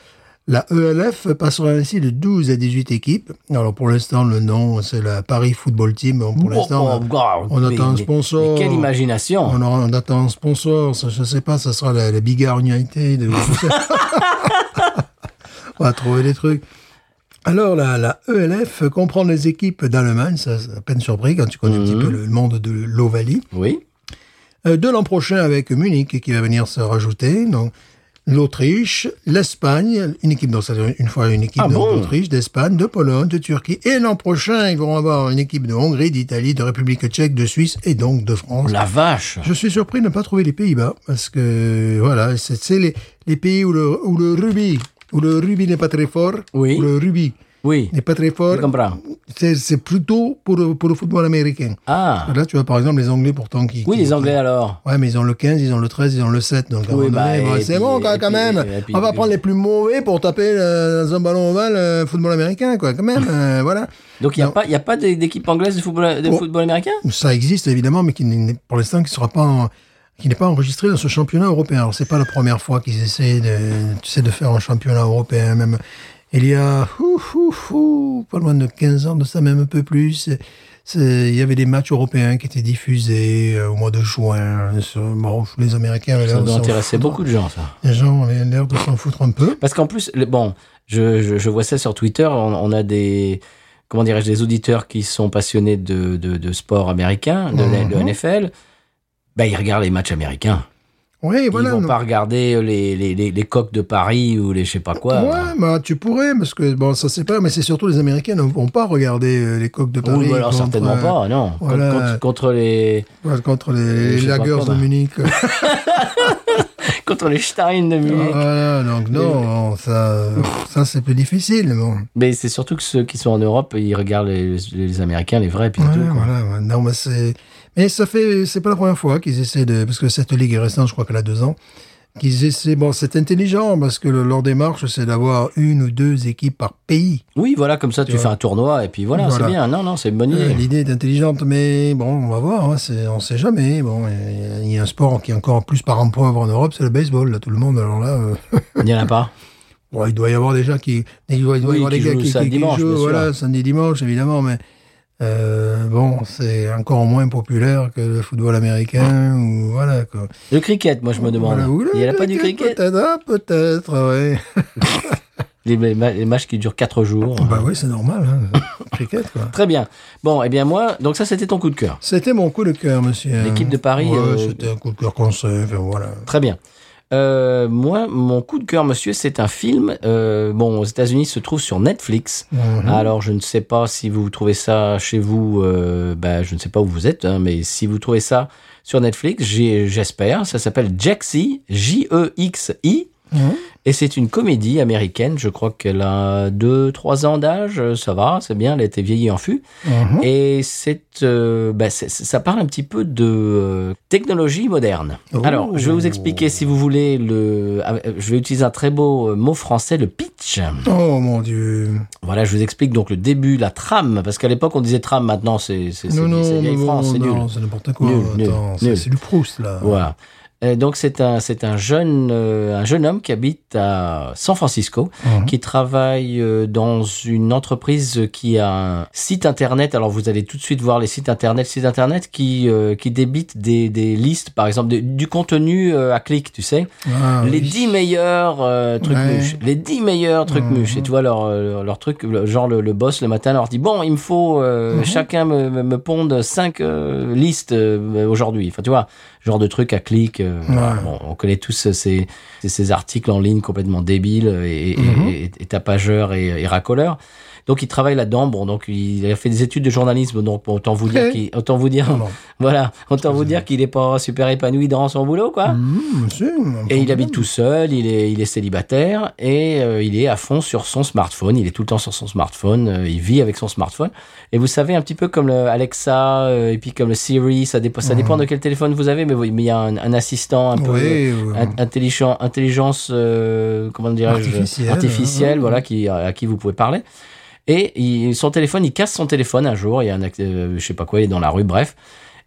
S3: La ELF passera ainsi de 12 à 18 équipes. Alors pour l'instant, le nom, c'est la Paris Football Team. Bon, Pour l'instant,
S1: Oh, oh,
S3: on
S1: mais-
S3: attend un
S1: mais-
S3: sponsor.
S1: mais quelle imagination
S3: on, aura- on attend un sponsor. Ça, je sais pas, ça sera la, la Bigard United. ou tout ça. on va trouver des trucs. Alors, la, la ELF comprend les équipes d'Allemagne. Ça, c'est à peine surpris quand tu connais un petit
S1: Mhm.
S3: peu le monde de l'Ovalie.
S1: Oui.
S3: Euh, de l'an prochain avec Munich qui va venir se rajouter. Donc l'Autriche, l'Espagne, une équipe donc ça veut dire une fois une équipe
S1: Ah
S3: de-
S1: bon
S3: d'Autriche, d'Espagne, de Pologne, de Turquie et l'an prochain ils vont avoir une équipe de Hongrie, d'Italie, de République tchèque, de Suisse et donc de France.
S1: La vache.
S3: Je suis surpris de ne pas trouver les Pays-Bas parce que voilà c'est c'est les, les pays où le où le rubis où le rubis n'est pas très fort
S1: Oui.
S3: où le rubis
S1: Oui.
S3: n'est pas très
S1: Je
S3: fort
S1: comprends.
S3: c'est c'est plutôt pour le- pour le football américain.
S1: Ah.
S3: Là tu vois par exemple les Anglais pourtant qui
S1: Oui,
S3: qui-
S1: les
S3: qui-
S1: Anglais alors.
S3: Ouais, mais ils ont le 15, ils ont le 13, ils ont le 7. Donc, à un
S1: Oui,
S3: moment donné,
S1: bah,
S3: bon,
S1: et
S3: c'est
S1: puis-
S3: bon,
S1: et
S3: quoi, quand
S1: puis-
S3: même.
S1: et puis-
S3: On va prendre les plus mauvais pour taper euh, dans un ballon ovale euh, football américain, quoi, quand même. euh, voilà.
S1: Donc il n'y a
S3: Non.
S1: pas, il y a pas d'é- d'équipe anglaise de football, de
S3: Oh.
S1: football américain
S3: Ça existe, évidemment, mais qui n'est- pour l'instant, qui sera pas en- qui n'est pas enregistré dans ce championnat européen. Alors, c'est pas la première fois qu'ils essaient de, tu sais, de faire un championnat européen, même. Il y a, ouf, ouf, ouf, pas loin de 15 ans de ça, même un peu plus. c'est- Il y avait des matchs européens qui étaient diffusés euh, au mois de juin. sur- bon, les Américains avaient
S1: Ça
S3: l'air de
S1: doit
S3: s'en
S1: intéresser
S3: foutre.
S1: beaucoup de gens, ça.
S3: Les gens avaient l'air de s'en foutre un peu.
S1: Parce qu'en plus, le- bon, je, je, je vois ça sur Twitter, on, on a des, comment dirais-je, des auditeurs qui sont passionnés de, de, de sport américain, de, la- de
S3: Mhm.
S1: NFL. Ben, ils regardent les matchs américains.
S3: Oui, voilà.
S1: ils vont
S3: non.
S1: pas regarder euh, les, les, les, les coqs de Paris ou les je sais pas quoi.
S3: Ouais, bah, tu pourrais, parce que bon, ça c'est pas, mais c'est surtout les Américains ne vont pas regarder euh, les coques de
S1: Ou
S3: Paris.
S1: bah, alors
S3: contre,
S1: certainement
S3: euh,
S1: pas, non. Con-
S3: voilà.
S1: Contre, contre les
S3: ouais, contre
S1: Je
S3: les
S1: sais pas
S3: lagers
S1: quoi,
S3: de
S1: bah.
S3: Munich. Ah,
S1: contre les Stein de Munich.
S3: voilà, donc non, ça, ça c'est plus difficile. Bon.
S1: Mais c'est surtout que ceux qui sont en Europe, ils regardent les, les, les Américains, les vrais, puis
S3: Ouais,
S1: tout. quoi.
S3: voilà, ouais. non, mais c'est, mais ça fait, c'est pas la première fois qu'ils essaient de, parce que cette ligue est récente, je crois qu'elle a deux ans, qu'ils essaient, bon, c'est intelligent, parce que le- leur démarche, c'est d'avoir une ou deux équipes par pays.
S1: Oui, voilà, comme ça, tu,
S3: Tu
S1: fais
S3: vois.
S1: un tournoi, et puis voilà, c'est
S3: Voilà.
S1: bien. Non, non, c'est une bonne
S3: Euh,
S1: idée.
S3: L'idée est intelligente, mais bon, on va voir. Hein, c'est- on sait jamais. Bon, il y a- il y a un sport qui est encore plus parent pauvre en Europe, c'est le baseball. Là, tout le monde. Alors là, euh,
S1: Il n'y en a pas.
S3: bon, il doit y avoir des gens qui, il doit, il doit
S1: Oui,
S3: y avoir
S1: qui
S3: des gars
S1: jouent
S3: qui,
S1: samedi,
S3: qui- qui
S1: dimanche, bien
S3: jouent,
S1: sûr.
S3: voilà, samedi, dimanche, évidemment. Mais euh, bon, c'est encore moins populaire que le football américain ou voilà. Quoi.
S1: Le cricket, moi, je me demande.
S3: Voilà, ou le
S1: Il n'y en a pas du cricket
S3: Peut-être, ah, peut-être, ouais.
S1: les, les ma- les matchs qui durent 4 jours.
S3: bah oui, c'est normal. Hein, le cricket, quoi.
S1: Très bien. Bon, eh bien, moi, donc ça, c'était ton coup de cœur.
S3: C'était mon coup de cœur, monsieur.
S1: L'équipe de Paris,
S3: Ouais,
S1: euh,
S3: c'était un coup de cœur qu'on sait, enfin, voilà.
S1: Très bien. Euh, moi, mon coup de cœur, monsieur, c'est un film. euh, bon, aux États-Unis, il se trouve sur Netflix.
S3: Mhm.
S1: Alors, je ne sais pas si vous trouvez ça chez vous, euh, bah, je ne sais pas où vous êtes, hein, mais si vous trouvez ça sur Netflix, j'ai- j'espère. Ça s'appelle Jexy, J-E-X-I.
S3: Mhm.
S1: Et c'est une comédie américaine. Je crois qu'elle a 2-3 ans d'âge. Ça va, c'est bien. Elle a été vieillie en fût.
S3: Mhm.
S1: Et c'est, euh, bah, c'est- c'est- ça parle un petit peu de euh, technologie moderne.
S3: Oh.
S1: Alors, je vais vous expliquer, si vous voulez, le, ah, euh, je vais utiliser un très beau euh, mot français, le pitch.
S3: Oh mon dieu.
S1: Voilà, je vous explique donc le début, la trame, parce qu'à l'époque on disait trame, maintenant c'est c'est c'est-
S3: Non, non,
S1: c'est vieille
S3: non,
S1: France, c'est
S3: non,
S1: nul.
S3: c'est n'importe quoi.
S1: Nul, nul,
S3: Attends,
S1: nul.
S3: c'est c'est du Proust, là.
S1: Voilà. Et donc c'est un c'est un jeune euh, un jeune homme qui habite à San Francisco
S3: Mhm.
S1: qui travaille euh, dans une entreprise qui a un site internet. Alors vous allez tout de suite voir les sites internet, sites internet qui euh, qui débitent des, des listes, par exemple de- du contenu euh, à clic, tu sais,
S3: Ah,
S1: les
S3: oui.
S1: 10 meilleurs euh, trucs
S3: Ouais.
S1: mûches, les 10 meilleurs trucs
S3: Mhm.
S1: mûches. Et tu vois leur euh, leur truc, le- genre le, le boss le matin leur dit bon, il me faut euh,
S3: Mhm.
S1: chacun me me, me ponde 5 listes euh, aujourd'hui. Enfin tu vois, genre de truc à clic. euh, voilà. Bon, on connaît tous ces ces, ces articles en ligne complètement débiles et, et-
S3: Mhm.
S1: et- et tapageurs et, et racoleurs. Donc il travaille là-dedans. Bon, donc il a fait des études de journalisme. Donc bon, autant vous dire
S3: Ok.
S1: qu'il, autant vous dire,
S3: Pardon.
S1: voilà, autant vous dire qu'il est pas super épanoui dans son boulot, quoi.
S3: Mmh, c'est un
S1: Et il
S3: problème.
S1: habite tout seul, il est, il est célibataire et euh, il est à fond sur son smartphone. Il est tout le temps sur son smartphone, euh, il vit avec son smartphone. Et vous savez, un petit peu comme le Alexa euh, et puis comme le Siri, ça, dépend, ça dépend de quel téléphone vous avez, mais oui, mais il y a un, un assistant un peu euh,
S3: Oui, oui.
S1: in- intelligent, intelligence, euh, comment dirais-je,
S3: Artificielle,
S1: artificielle,
S3: hein.
S1: voilà, qui, euh, à qui vous pouvez parler. Et il- son téléphone, il casse son téléphone un jour, il y a un, act- euh, je sais pas quoi, il est dans la rue, bref.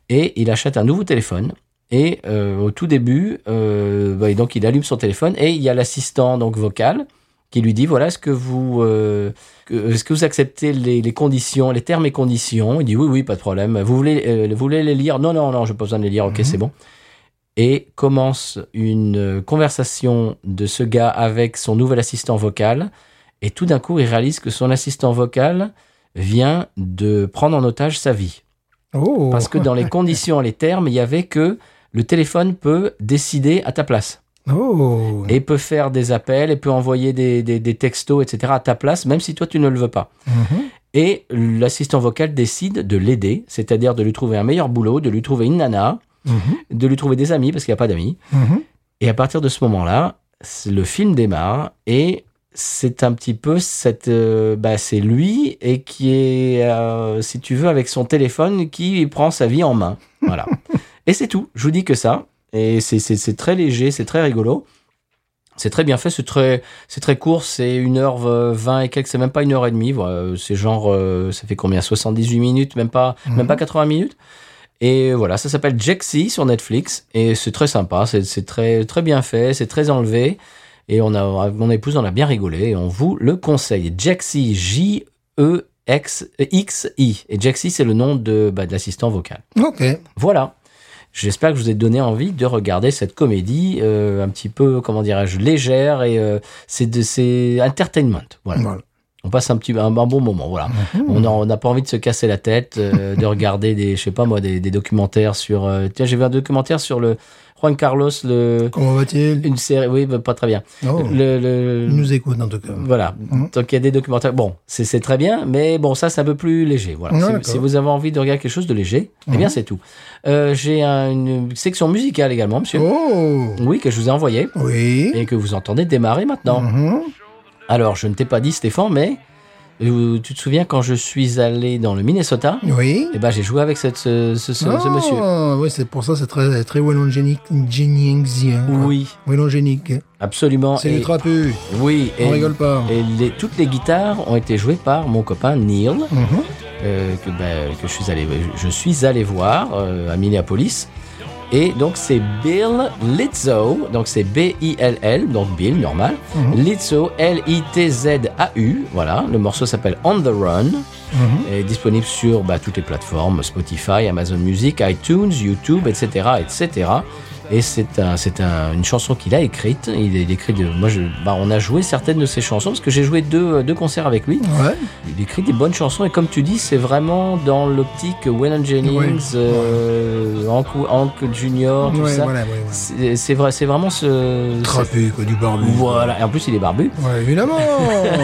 S1: Et il achète un nouveau téléphone. Et euh, au tout début, euh, bah, et donc il allume son téléphone et il y a l'assistant donc vocal qui lui dit voilà est-ce que vous euh, que- est-ce que vous acceptez les, les conditions les termes et conditions il dit oui oui pas de problème vous voulez euh, vous voulez les lire non non non j'ai pas besoin de les lire ok
S3: Mhm.
S1: c'est bon et commence une euh, conversation de ce gars avec son nouvel assistant vocal. Et tout d'un coup, il réalise que son assistant vocal vient de prendre en otage sa vie.
S3: Oh.
S1: Parce que dans les conditions, les termes, il y avait que le téléphone peut décider à ta place.
S3: Oh.
S1: Et peut faire des appels, et peut envoyer des, des- des textos, etc. à ta place, même si toi, tu ne le veux pas.
S3: Mhm.
S1: Et l'assistant vocal décide de l'aider, c'est-à-dire de lui trouver un meilleur boulot, de lui trouver une nana,
S3: Mhm.
S1: de lui trouver des amis, parce qu'il n'y a pas d'amis.
S3: Mhm.
S1: Et à partir de ce moment-là, c'est- le film démarre et c'est un petit peu cette, euh, bah, c'est lui et qui est, euh, si tu veux, avec son téléphone qui prend sa vie en main. Voilà. et c'est tout. Je vous dis que ça. Et c'est- c'est c'est très léger, c'est très rigolo. C'est très bien fait, c'est très, c'est très court, c'est 1h20 et quelques, c'est même pas une heure et demie, voilà. c'est genre, euh, ça fait combien 78 minutes, même pas, même
S3: Mhm.
S1: pas 80 minutes et voilà, ça s'appelle Jaxi sur Netflix et c'est très sympa, c'est c'est très très bien fait, c'est très enlevé et on a mon épouse en a bien rigolé et on vous le conseille. Jaxi J E X X I et Jaxi c'est le nom de bah, de l'assistant vocal.
S3: Ok.
S1: Voilà. J'espère que je vous ai donné envie de regarder cette comédie euh, un petit peu comment dirais-je légère et euh, c'est de c'est entertainment. Voilà.
S3: Voilà.
S1: On passe un petit un, un bon moment, voilà.
S3: Mhm.
S1: On en- on n'a pas envie de se casser la tête, euh, de regarder des, je sais pas moi, des, des documentaires sur. euh, tiens, j'ai vu un documentaire sur le Juan Carlos, le
S3: Comment va-t-il
S1: une série. Oui, bah, pas très bien.
S3: Oh,
S1: Le, le-
S3: Il nous écoute en tout cas.
S1: voilà.
S3: Mhm.
S1: Donc il y a des documentaires. Bon, c'est c'est très bien, mais bon, ça c'est un peu plus léger.
S3: Ouais,
S1: Voilà.
S3: d'accord. Mmh.
S1: si, si vous avez envie de regarder quelque chose de léger, eh bien c'est tout. Euh, j'ai un- une section musicale également, monsieur.
S3: Oh.
S1: Oui, que je vous ai envoyé
S3: Oui.
S1: et que vous entendez démarrer maintenant.
S3: Mhm.
S1: Alors, je ne t'ai pas dit, Stéphane, mais euh, tu te souviens quand je suis allé dans le Minnesota
S3: mmh. Oui.
S1: Eh ben, j'ai joué avec cette, ce, ce- ce- ce
S3: Ah,
S1: monsieur.
S3: Oui, c'est pour ça, c'est très, très wallongénique. Jenningsien, quoi.
S1: Oui,
S3: Wallongénique.
S1: absolument.
S3: hein. C'est
S1: et-
S3: les trapus.
S1: Oui,
S3: On rigole pas.
S1: et les- toutes les guitares ont été jouées par mon copain Neil,
S3: Mhm.
S1: euh, que, ben, que je suis allé, je suis allé voir euh, à Minneapolis. Et donc c'est Bill Lizzo, donc c'est B-I-L-L, donc Bill normal,
S3: Mhm.
S1: Lizzo L-I-T-Z-A-U, voilà, le morceau s'appelle On the Run.
S3: Mhm.
S1: est disponible sur bah, toutes les plateformes Spotify, Amazon Music, iTunes, YouTube, etc., etc. Et c'est un, c'est un- une chanson qu'il a écrite. Il, il écrit de, moi, je, bah, on a joué certaines de ses chansons parce que j'ai joué deux, euh, deux concerts avec lui.
S3: Ouais.
S1: Il écrit des bonnes chansons et comme tu dis, c'est vraiment dans l'optique Waylon
S3: Ouais,
S1: Jennings,
S3: ouais.
S1: euh, Hank, Hank Jr. Tout
S3: Ouais,
S1: ça.
S3: voilà, ouais, ouais.
S1: C'est, c'est vrai, c'est vraiment ce.
S3: Trapu, quoi, du
S1: ce-
S3: barbu.
S1: Voilà. Et en plus, il est barbu.
S3: Ouais, évidemment.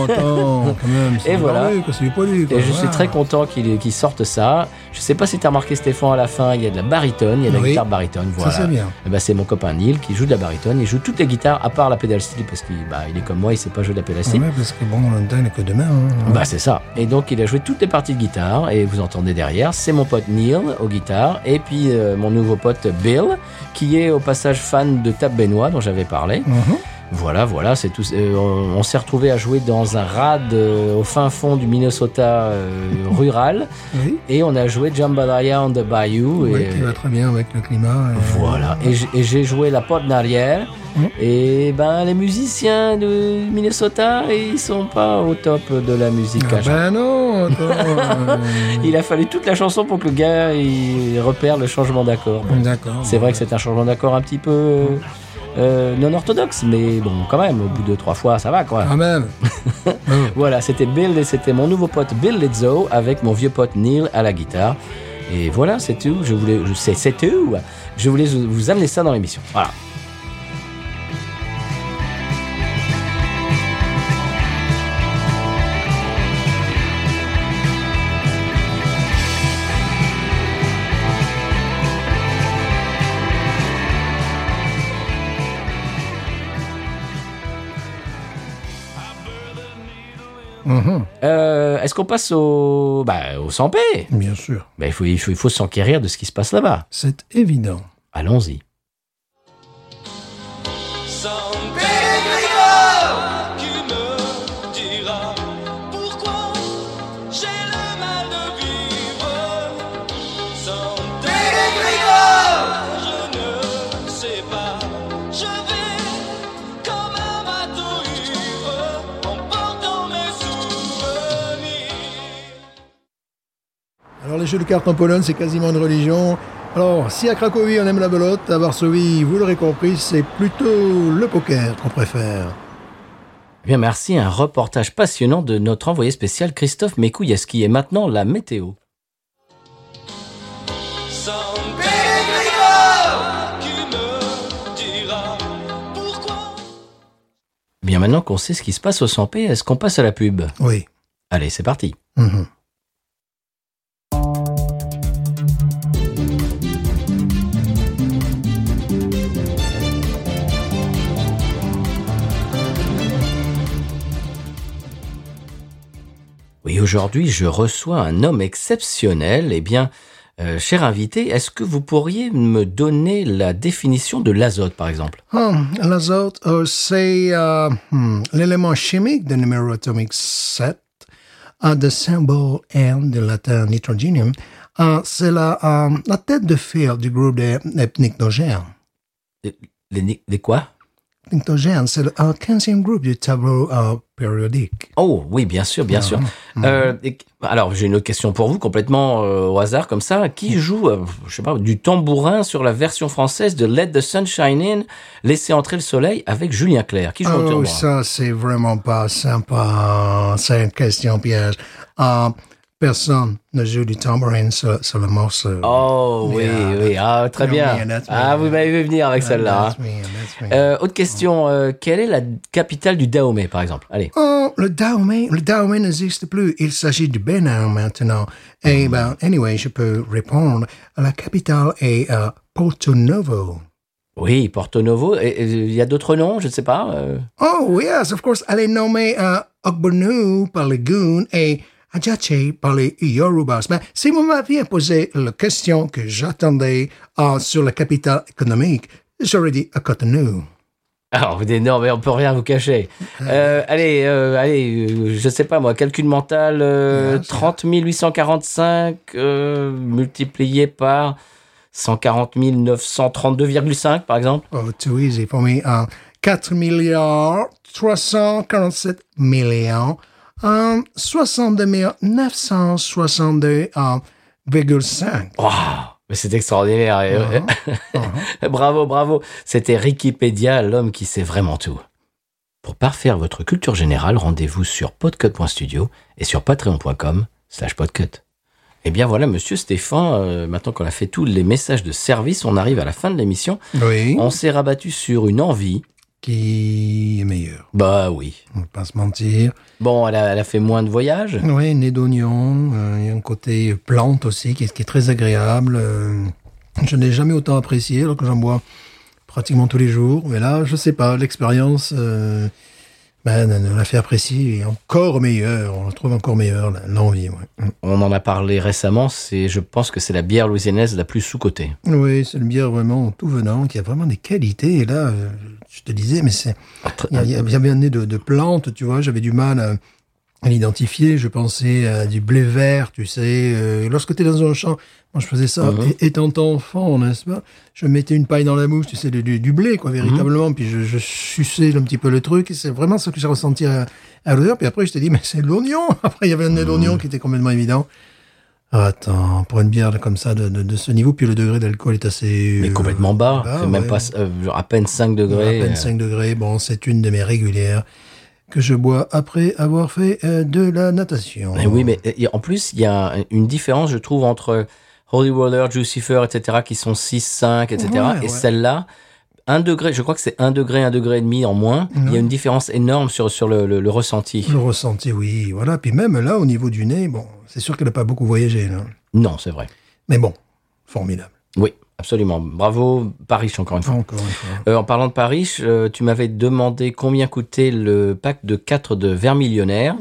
S3: Attends, quand même. C'est
S1: Et
S3: du
S1: voilà.
S3: barbu, quoi, c'est du poilu, quoi,
S1: Et je suis
S3: voilà.
S1: très content qu'il qu'il sorte ça. Je sais pas si tu as remarqué, Stéphane, à la fin, il y a de la baritone, il y a de la
S3: Oui.
S1: guitare baritone.
S3: Ça,
S1: Voilà.
S3: c'est bien.
S1: Eh ben, c'est mon copain Neil qui joue de la baritone. Il joue toutes les guitares, à part la pédale steel, parce qu'il bah, il est comme moi, il sait pas jouer de la pédale steel.
S3: Ouais, parce que bon, l'antenne n'est que demain. hein.
S1: Bah, c'est ça. Et donc, il a joué toutes les parties de guitare. Et vous entendez derrière, c'est mon pote Neil aux guitares. Et puis, euh, mon nouveau pote Bill, qui est au passage fan de Tap Benoît, dont j'avais parlé.
S3: Mhm.
S1: Voilà, voilà, c'est tout. Euh, on on s'est retrouvé à jouer dans un rad euh, au fin fond du Minnesota euh, rural.
S3: Oui.
S1: Et on a joué Jambalaya on the Bayou.
S3: Oui,
S1: et,
S3: qui va très bien avec le climat. euh,
S1: voilà. Et j'ai- Et j'ai joué la porte d'arrière.
S3: Mhm.
S1: Et ben, les musiciens de Minnesota, ils sont pas au top de la musique.
S3: Ah
S1: à jouer.
S3: ben non, attends. euh,
S1: Il a fallu toute la chanson pour que le gars il repère le changement d'accord. Bon,
S3: D'accord.
S1: C'est vrai que c'est un changement d'accord un petit peu euh, euh, non orthodoxe, mais bon, quand même, au bout de trois fois, ça va quoi.
S3: Quand même. Ah, Bon.
S1: Voilà, c'était Bill et c'était mon nouveau pote Bill Lizzo avec mon vieux pote Neil à la guitare. Et voilà, c'est tout. Je voulais, je sais, c'est tout. Je voulais vous vous amener ça dans l'émission. Voilà.
S3: Mhm.
S1: Euh, Est-ce qu'on passe au, bah, au 100p
S3: Bien sûr.
S1: Bah, il faut, il faut, il faut s'enquérir de ce qui se passe là-bas.
S3: C'est évident.
S1: Allons-y.
S5: Sans Grégoire qui me dira pourquoi j'ai le mal de vivre. Sans Grégoire, je ne sais pas. Je vais comme un bateau ivre en portant mes souvenirs.
S3: Alors les jeux de cartes en Pologne, c'est quasiment une religion. Alors si à Cracovie on aime la belote, à Varsovie, vous l'aurez compris, c'est plutôt le poker qu'on préfère.
S1: Eh Bien, merci. Un reportage passionnant de notre envoyé spécial Christophe Mekouyaski. Et maintenant, la météo.
S5: Sans Grégoire qui me dira pourquoi.
S1: Eh Bien, maintenant qu'on sait ce qui se passe au 100p, est-ce qu'on passe à la pub
S3: Oui.
S1: Allez, c'est parti.
S3: Mhm.
S1: Oui, aujourd'hui, je reçois un homme exceptionnel. Eh bien, euh, cher invité, est-ce que vous pourriez me donner la définition de l'azote, par exemple
S3: Ah, l'azote, euh, c'est euh, hmm, l'élément chimique du numéro atomique 7, euh, de symbole N de latin nitrogenium. Euh, c'est la, euh, la tête de fil du groupe des ethnictogènes.
S1: Les, ni- les quoi
S3: Ethnictogènes, c'est le euh, 15e groupe du tableau euh, périodique.
S1: Oh, oui, bien sûr, bien sûr. Euh, et- alors, j'ai une autre question pour vous, complètement euh, au hasard, comme ça. Qui joue, euh, je sais pas, du tambourin sur la version française de Let the Sunshine In, Laissez entrer le soleil avec Julien Clerc Qui joue au
S3: Oh,
S1: tambourin
S3: ça, c'est vraiment pas sympa. C'est une question piège. Euh, personne ne joue du tambourine sur, sur le morceau.
S1: Oh oui,
S3: Yeah,
S1: oui, ah, très
S3: yeah,
S1: bien.
S3: yeah, that's
S1: ah,
S3: me.
S1: vous m'avez vu venir avec celle-là. hein.
S3: That's me, that's me.
S1: Euh, autre question, euh, quelle est la capitale du Dahomey, par exemple Allez.
S3: Oh, le Dahomey, le Dahomey n'existe plus. Il s'agit du Bénin maintenant. Eh ben, anyway, je peux répondre. La capitale est euh, Porto Novo.
S1: Oui, Porto Novo. Et- et Il y a d'autres noms, je ne sais pas. euh.
S3: Oh, yes, of course, elle est nommée euh, Ogbonu par les Goons et Ajache par les Yorubas. Mais si vous m'aviez posé la question que j'attendais euh, sur la capitale économique, j'aurais dit à Cotonou.
S1: Alors, Ah, vous dites non, mais on peut rien vous cacher. Euh, allez, euh, allez, euh, je sais pas moi, calcul mental, euh,
S3: Yeah, c'est
S1: 30 845 euh, multiplié par 140 932,5 par exemple.
S3: Oh, too easy for me. Uh, 4 milliards 347 millions euh, 62 962,5.
S1: Waouh, mais c'est extraordinaire. et- euh,
S3: Ah,
S1: Bravo, bravo. C'était Wikipédia, l'homme qui sait vraiment tout. Pour parfaire votre culture générale, rendez-vous sur podcut.studio et sur patreon.com slash podcut. Eh bien voilà, monsieur Stéphane, euh, maintenant qu'on a fait tous les messages de service, on arrive à la fin de l'émission.
S3: Oui.
S1: On s'est rabattu sur une envie.
S3: Qui est meilleur?
S1: Bah oui.
S3: On va pas se mentir.
S1: Bon, elle a, elle a fait moins de voyages.
S3: Oui, nez d'oignon, euh, il y a un côté plante aussi qui est, qui est très agréable. euh, je n'ai jamais autant apprécié alors que j'en bois pratiquement tous les jours. Mais là, je sais pas, l'expérience euh, ben, ne l'a fait apprécier et encore meilleure. On la trouve encore meilleure, la- l'envie. Ouais.
S1: On en a parlé récemment. C'est, je pense que c'est la bière louisianaise la plus sous-cotée.
S3: Oui, c'est une bière vraiment tout venant qui a vraiment des qualités. Et là, euh, je te disais, mais c'est Il y a- il y, avait- il y avait un nez de, de plante, tu vois, j'avais du mal à, à l'identifier. Je pensais à du blé vert, tu sais. euh, lorsque tu es dans un champ, moi je faisais ça,
S1: Mhm.
S3: et- étant enfant, n'est-ce pas Je mettais une paille dans la mouche, tu sais, du, du- du blé,
S1: Uh-huh.
S3: quoi, véritablement. Puis je, je suçais un petit peu le truc, et c'est vraiment ce que j'ai ressenti à, à l'odeur. Puis après, je t'ai dit, mais c'est de l'oignon Après, il y avait un
S1: Mm.
S3: nez d'oignon qui était complètement évident. Ah, Attends, pour une bière comme ça, de, de- de ce niveau, puis le degré d'alcool est assez...
S1: Mais
S3: euh,
S1: complètement bas.
S3: bas,
S1: c'est même
S3: ouais.
S1: pas, euh, genre à peine 5 degrés. euh,
S3: à peine 5 Ah, degrés. Bon, c'est une de mes régulières que je bois après avoir fait euh, de la natation.
S1: Mais oui, mais euh, en plus, il y a une différence, je trouve, entre Holy Roller, Jucifer, etc., qui sont 6, 5, etc., et
S3: Ouais, ouais.
S1: celle-là, 1 degré, je crois que c'est 1 degré, 1 degré et demi en moins. Il y a une différence énorme sur, sur le, le- le ressenti.
S3: Je le ressentis, oui, voilà. Puis même là, au niveau du nez, bon, c'est sûr qu'elle n'a pas beaucoup voyagé, là.
S1: Non, c'est vrai.
S3: Mais bon, formidable.
S1: Oui, absolument. Bravo, Paris, encore une fois.
S3: Encore une fois.
S1: Euh, en parlant de Paris, je- euh, tu m'avais demandé combien coûtait le pack de 4 de verre millionnaire.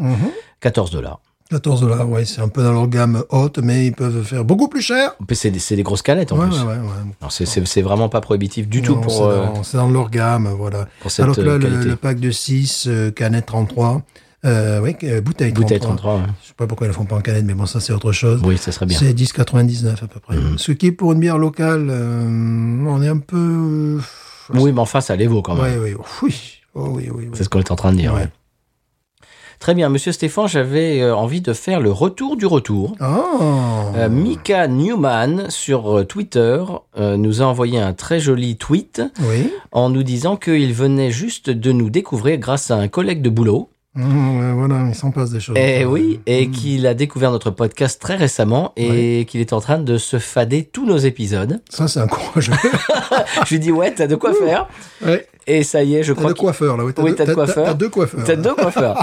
S1: 14 dollars.
S3: 14 Mhm. dollars, ouais, c'est un peu dans leur gamme haute, mais ils peuvent faire beaucoup plus cher.
S1: En plus, c'est des, c'est des grosses calettes en
S3: Ouais,
S1: plus.
S3: ouais, ouais, ouais.
S1: Alors, c'est- C'est c'est vraiment pas prohibitif du tout
S3: Non,
S1: pour,
S3: c'est
S1: euh,
S3: dans, c'est dans leur gamme, voilà.
S1: pour cette
S3: Alors que là,
S1: euh,
S3: le,
S1: qualité.
S3: le pack de 6, euh, canette 33, euh, oui, euh, bouteille 33.
S1: Bouteille 33, ouais.
S3: Je sais pas pourquoi ils le font pas en canette, mais bon, ça c'est autre chose.
S1: oui, ça serait bien. Mhm.
S3: C'est 10,99 à peu près. Ce qui, pour une bière locale, euh, on est un peu... euh, ah,
S1: Oui, mais enfin, ça les vaut quand même.
S3: Ouais, oui, oui, oh, oui, oui, oui.
S1: C'est ce qu'on est en train de dire.
S3: Ouais.
S1: ouais. Très bien, Monsieur Stéphane, j'avais euh, envie de faire le retour du retour.
S3: Oh
S1: Euh, Mika Newman sur euh, Twitter euh, nous a envoyé un très joli tweet
S3: Oui.
S1: en nous disant qu'il venait juste de nous découvrir grâce à un collègue de boulot.
S3: Mmh, ouais, voilà, il s'en passe des choses.
S1: Et Eh oui, et
S3: Mmh.
S1: qu'il a découvert notre podcast très récemment et qu'il est en train de se fader tous nos épisodes.
S3: Ça, c'est un courageux.
S1: Je lui dis ouais, t'as de quoi faire.
S3: ouais.
S1: Et ça y est, je
S3: Ah. T'as
S1: crois
S3: deux
S1: que
S3: coiffeurs, là.
S1: Oui,
S3: deux-
S1: t'as de coiffeurs.
S3: T'as deux coiffeurs.
S1: t'as
S3: là.
S1: de quoi faire.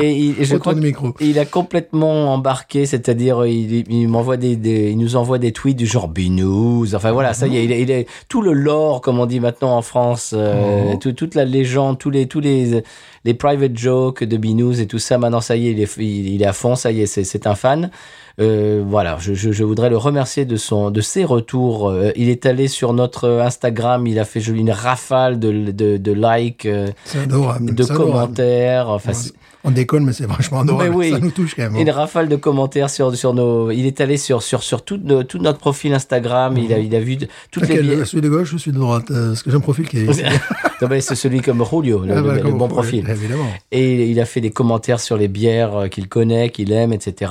S1: Et, il- et je
S3: Autour
S1: crois
S3: du micro.
S1: qu'il a complètement embarqué, c'est-à-dire il, il- il m'envoie des, des- il nous envoie des tweets du genre binous. Enfin voilà, ça y est, il est, il est- tout le lore comme on dit maintenant en France,
S3: Mhm.
S1: euh, tout- toute la légende, tous les tous les les private jokes de binous et tout ça. Maintenant ça y est, il est, il, il est à fond, ça y est, c'est c'est un fan. Euh, voilà, je, je, je voudrais le remercier de son de ses retours. Euh, il est allé sur notre Instagram, il a fait une rafale de de, de likes, euh,
S3: C'est adorable.
S1: de
S3: Ah, c'est adorable.
S1: commentaires. Enfin,
S3: Ouais.
S1: c'est-
S3: On déconne, mais c'est vachement adorable.
S1: Mais oui.
S3: Ça nous touche quand même. hein.
S1: une rafale de commentaires sur, sur nos. Il est allé sur, sur, sur tout, no- tout notre profil Instagram. Il, a,
S3: Mhm.
S1: il a vu de- toutes les.
S3: Laquelle
S1: biais-
S3: Je suis de gauche, je suis de droite. Euh, Parce que j'ai un profil qui est.
S1: non, mais c'est celui comme Julio, le,
S3: Ah,
S1: le-
S3: bah,
S1: le
S3: comme-
S1: bon profil.
S3: Évidemment.
S1: Et il a fait des commentaires sur les bières euh, qu'il connaît, qu'il aime, etc.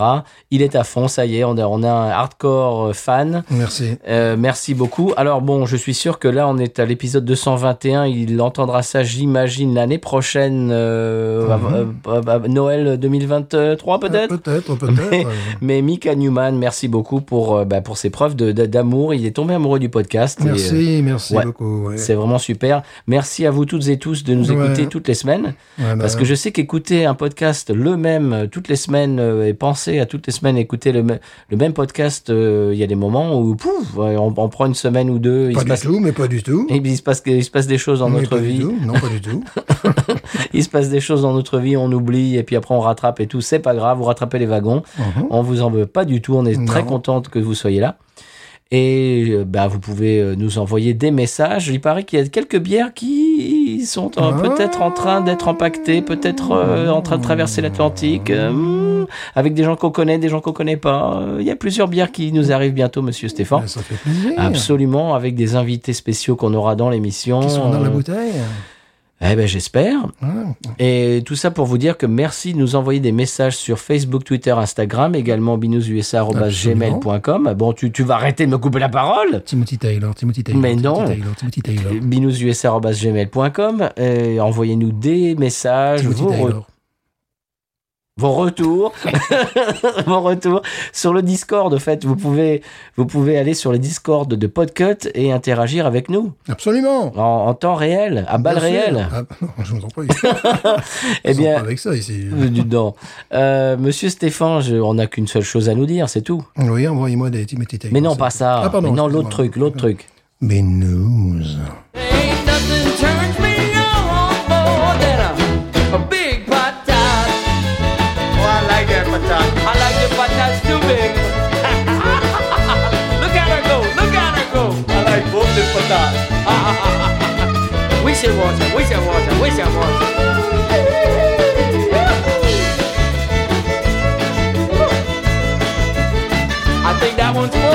S1: Il est à fond, ça y est, on a, on a un hardcore euh, fan.
S3: Merci.
S1: Euh, merci beaucoup. Alors bon, je suis sûr que là, on est à l'épisode 221. Il entendra ça, j'imagine, l'année prochaine, euh,
S3: Mhm.
S1: av- av- av- Noël 2023
S3: Ah,
S1: peut-être.
S3: Peut-être, peut-être.
S1: Mais-
S3: euh,
S1: Mais Mika Newman, merci beaucoup pour, euh, bah, pour ses preuves de- de- d'amour. Il est tombé amoureux du podcast. et, euh,
S3: Merci, merci
S1: ouais.
S3: beaucoup. ouais.
S1: c'est vraiment super. Merci à vous toutes et tous de nous
S3: Ouais.
S1: écouter toutes les semaines.
S3: Ouais, bah,
S1: Parce que je sais qu'écouter un podcast le même euh, toutes les semaines euh, et penser à toutes les semaines écouter le, me- le même podcast, euh, il y a des moments où pouf, ouais, on, on prend une semaine ou deux. il,
S3: Pas
S1: se
S3: du
S1: passe,
S3: tout, mais pas du tout.
S1: il, se passe, il se passe des choses dans
S3: Mais
S1: notre
S3: pas du
S1: vie.
S3: tout, Non, pas du tout.
S1: Il se passe des choses dans notre vie, on oublie et puis après on rattrape et tout. C'est pas grave, vous rattrapez les wagons.
S3: Mhm.
S1: On vous en veut pas du tout. On est
S3: Non.
S1: très contente que vous soyez là. Et euh, bah, vous pouvez euh, nous envoyer des messages. Il paraît qu'il y a quelques bières qui sont euh,
S3: Ah.
S1: peut-être en train d'être impactées, peut-être euh, en train de traverser l'Atlantique, euh, hmm, avec des gens qu'on connaît, des gens qu'on connaît pas. Euh, Il y a plusieurs bières qui nous arrivent bientôt, Monsieur Stéphane.
S3: Mais Ben, Ça fait plaisir.
S1: Absolument, avec des invités spéciaux qu'on aura dans l'émission.
S3: Qui sont dans la
S1: Euh,
S3: bouteille.
S1: Eh ben, j'espère.
S3: Hein.
S1: Et tout ça pour vous dire que merci de nous envoyer des messages sur Facebook, Twitter, Instagram, également binoususa.gmail.com. Bon, tu, tu vas arrêter de me couper la parole
S3: Timothy Taylor, Timothy Taylor.
S1: Mais
S3: Timothy
S1: non.
S3: Taylor, Timothy Taylor.
S1: binoususa.gmail.com et envoyez-nous des messages,
S3: Timothy
S1: vos, re-
S3: Taylor.
S1: vos retours, vos retours sur le Discord. En fait, vous pouvez, vous pouvez aller sur le Discord de Podcut et interagir avec nous
S3: Absolument.
S1: en, en temps réel, à balles
S3: Bien sûr.
S1: réelles.
S3: Ah, bah, non, je vous en prie.
S1: Eh
S3: Ils sont
S1: bien-
S3: pas avec ça ici.
S1: Du dedans. Euh, Monsieur Stéphane, je- on n'a qu'une seule chose à nous dire, c'est tout.
S3: Oui, envoyez-moi des Timothy Taylor.
S1: Mais non, pas ça.
S3: Ah, pardon,
S1: Mais non, l'autre
S3: excuse-moi.
S1: truc, l'autre truc.
S3: Mais news.
S5: Ain't nothing turns me on more than a, a big patat. Oh, I like that patat. I like the patats too big. look at her go, look at her go. I like both the patats. we should watch her, we should watch her, we should watch her. I think that one's for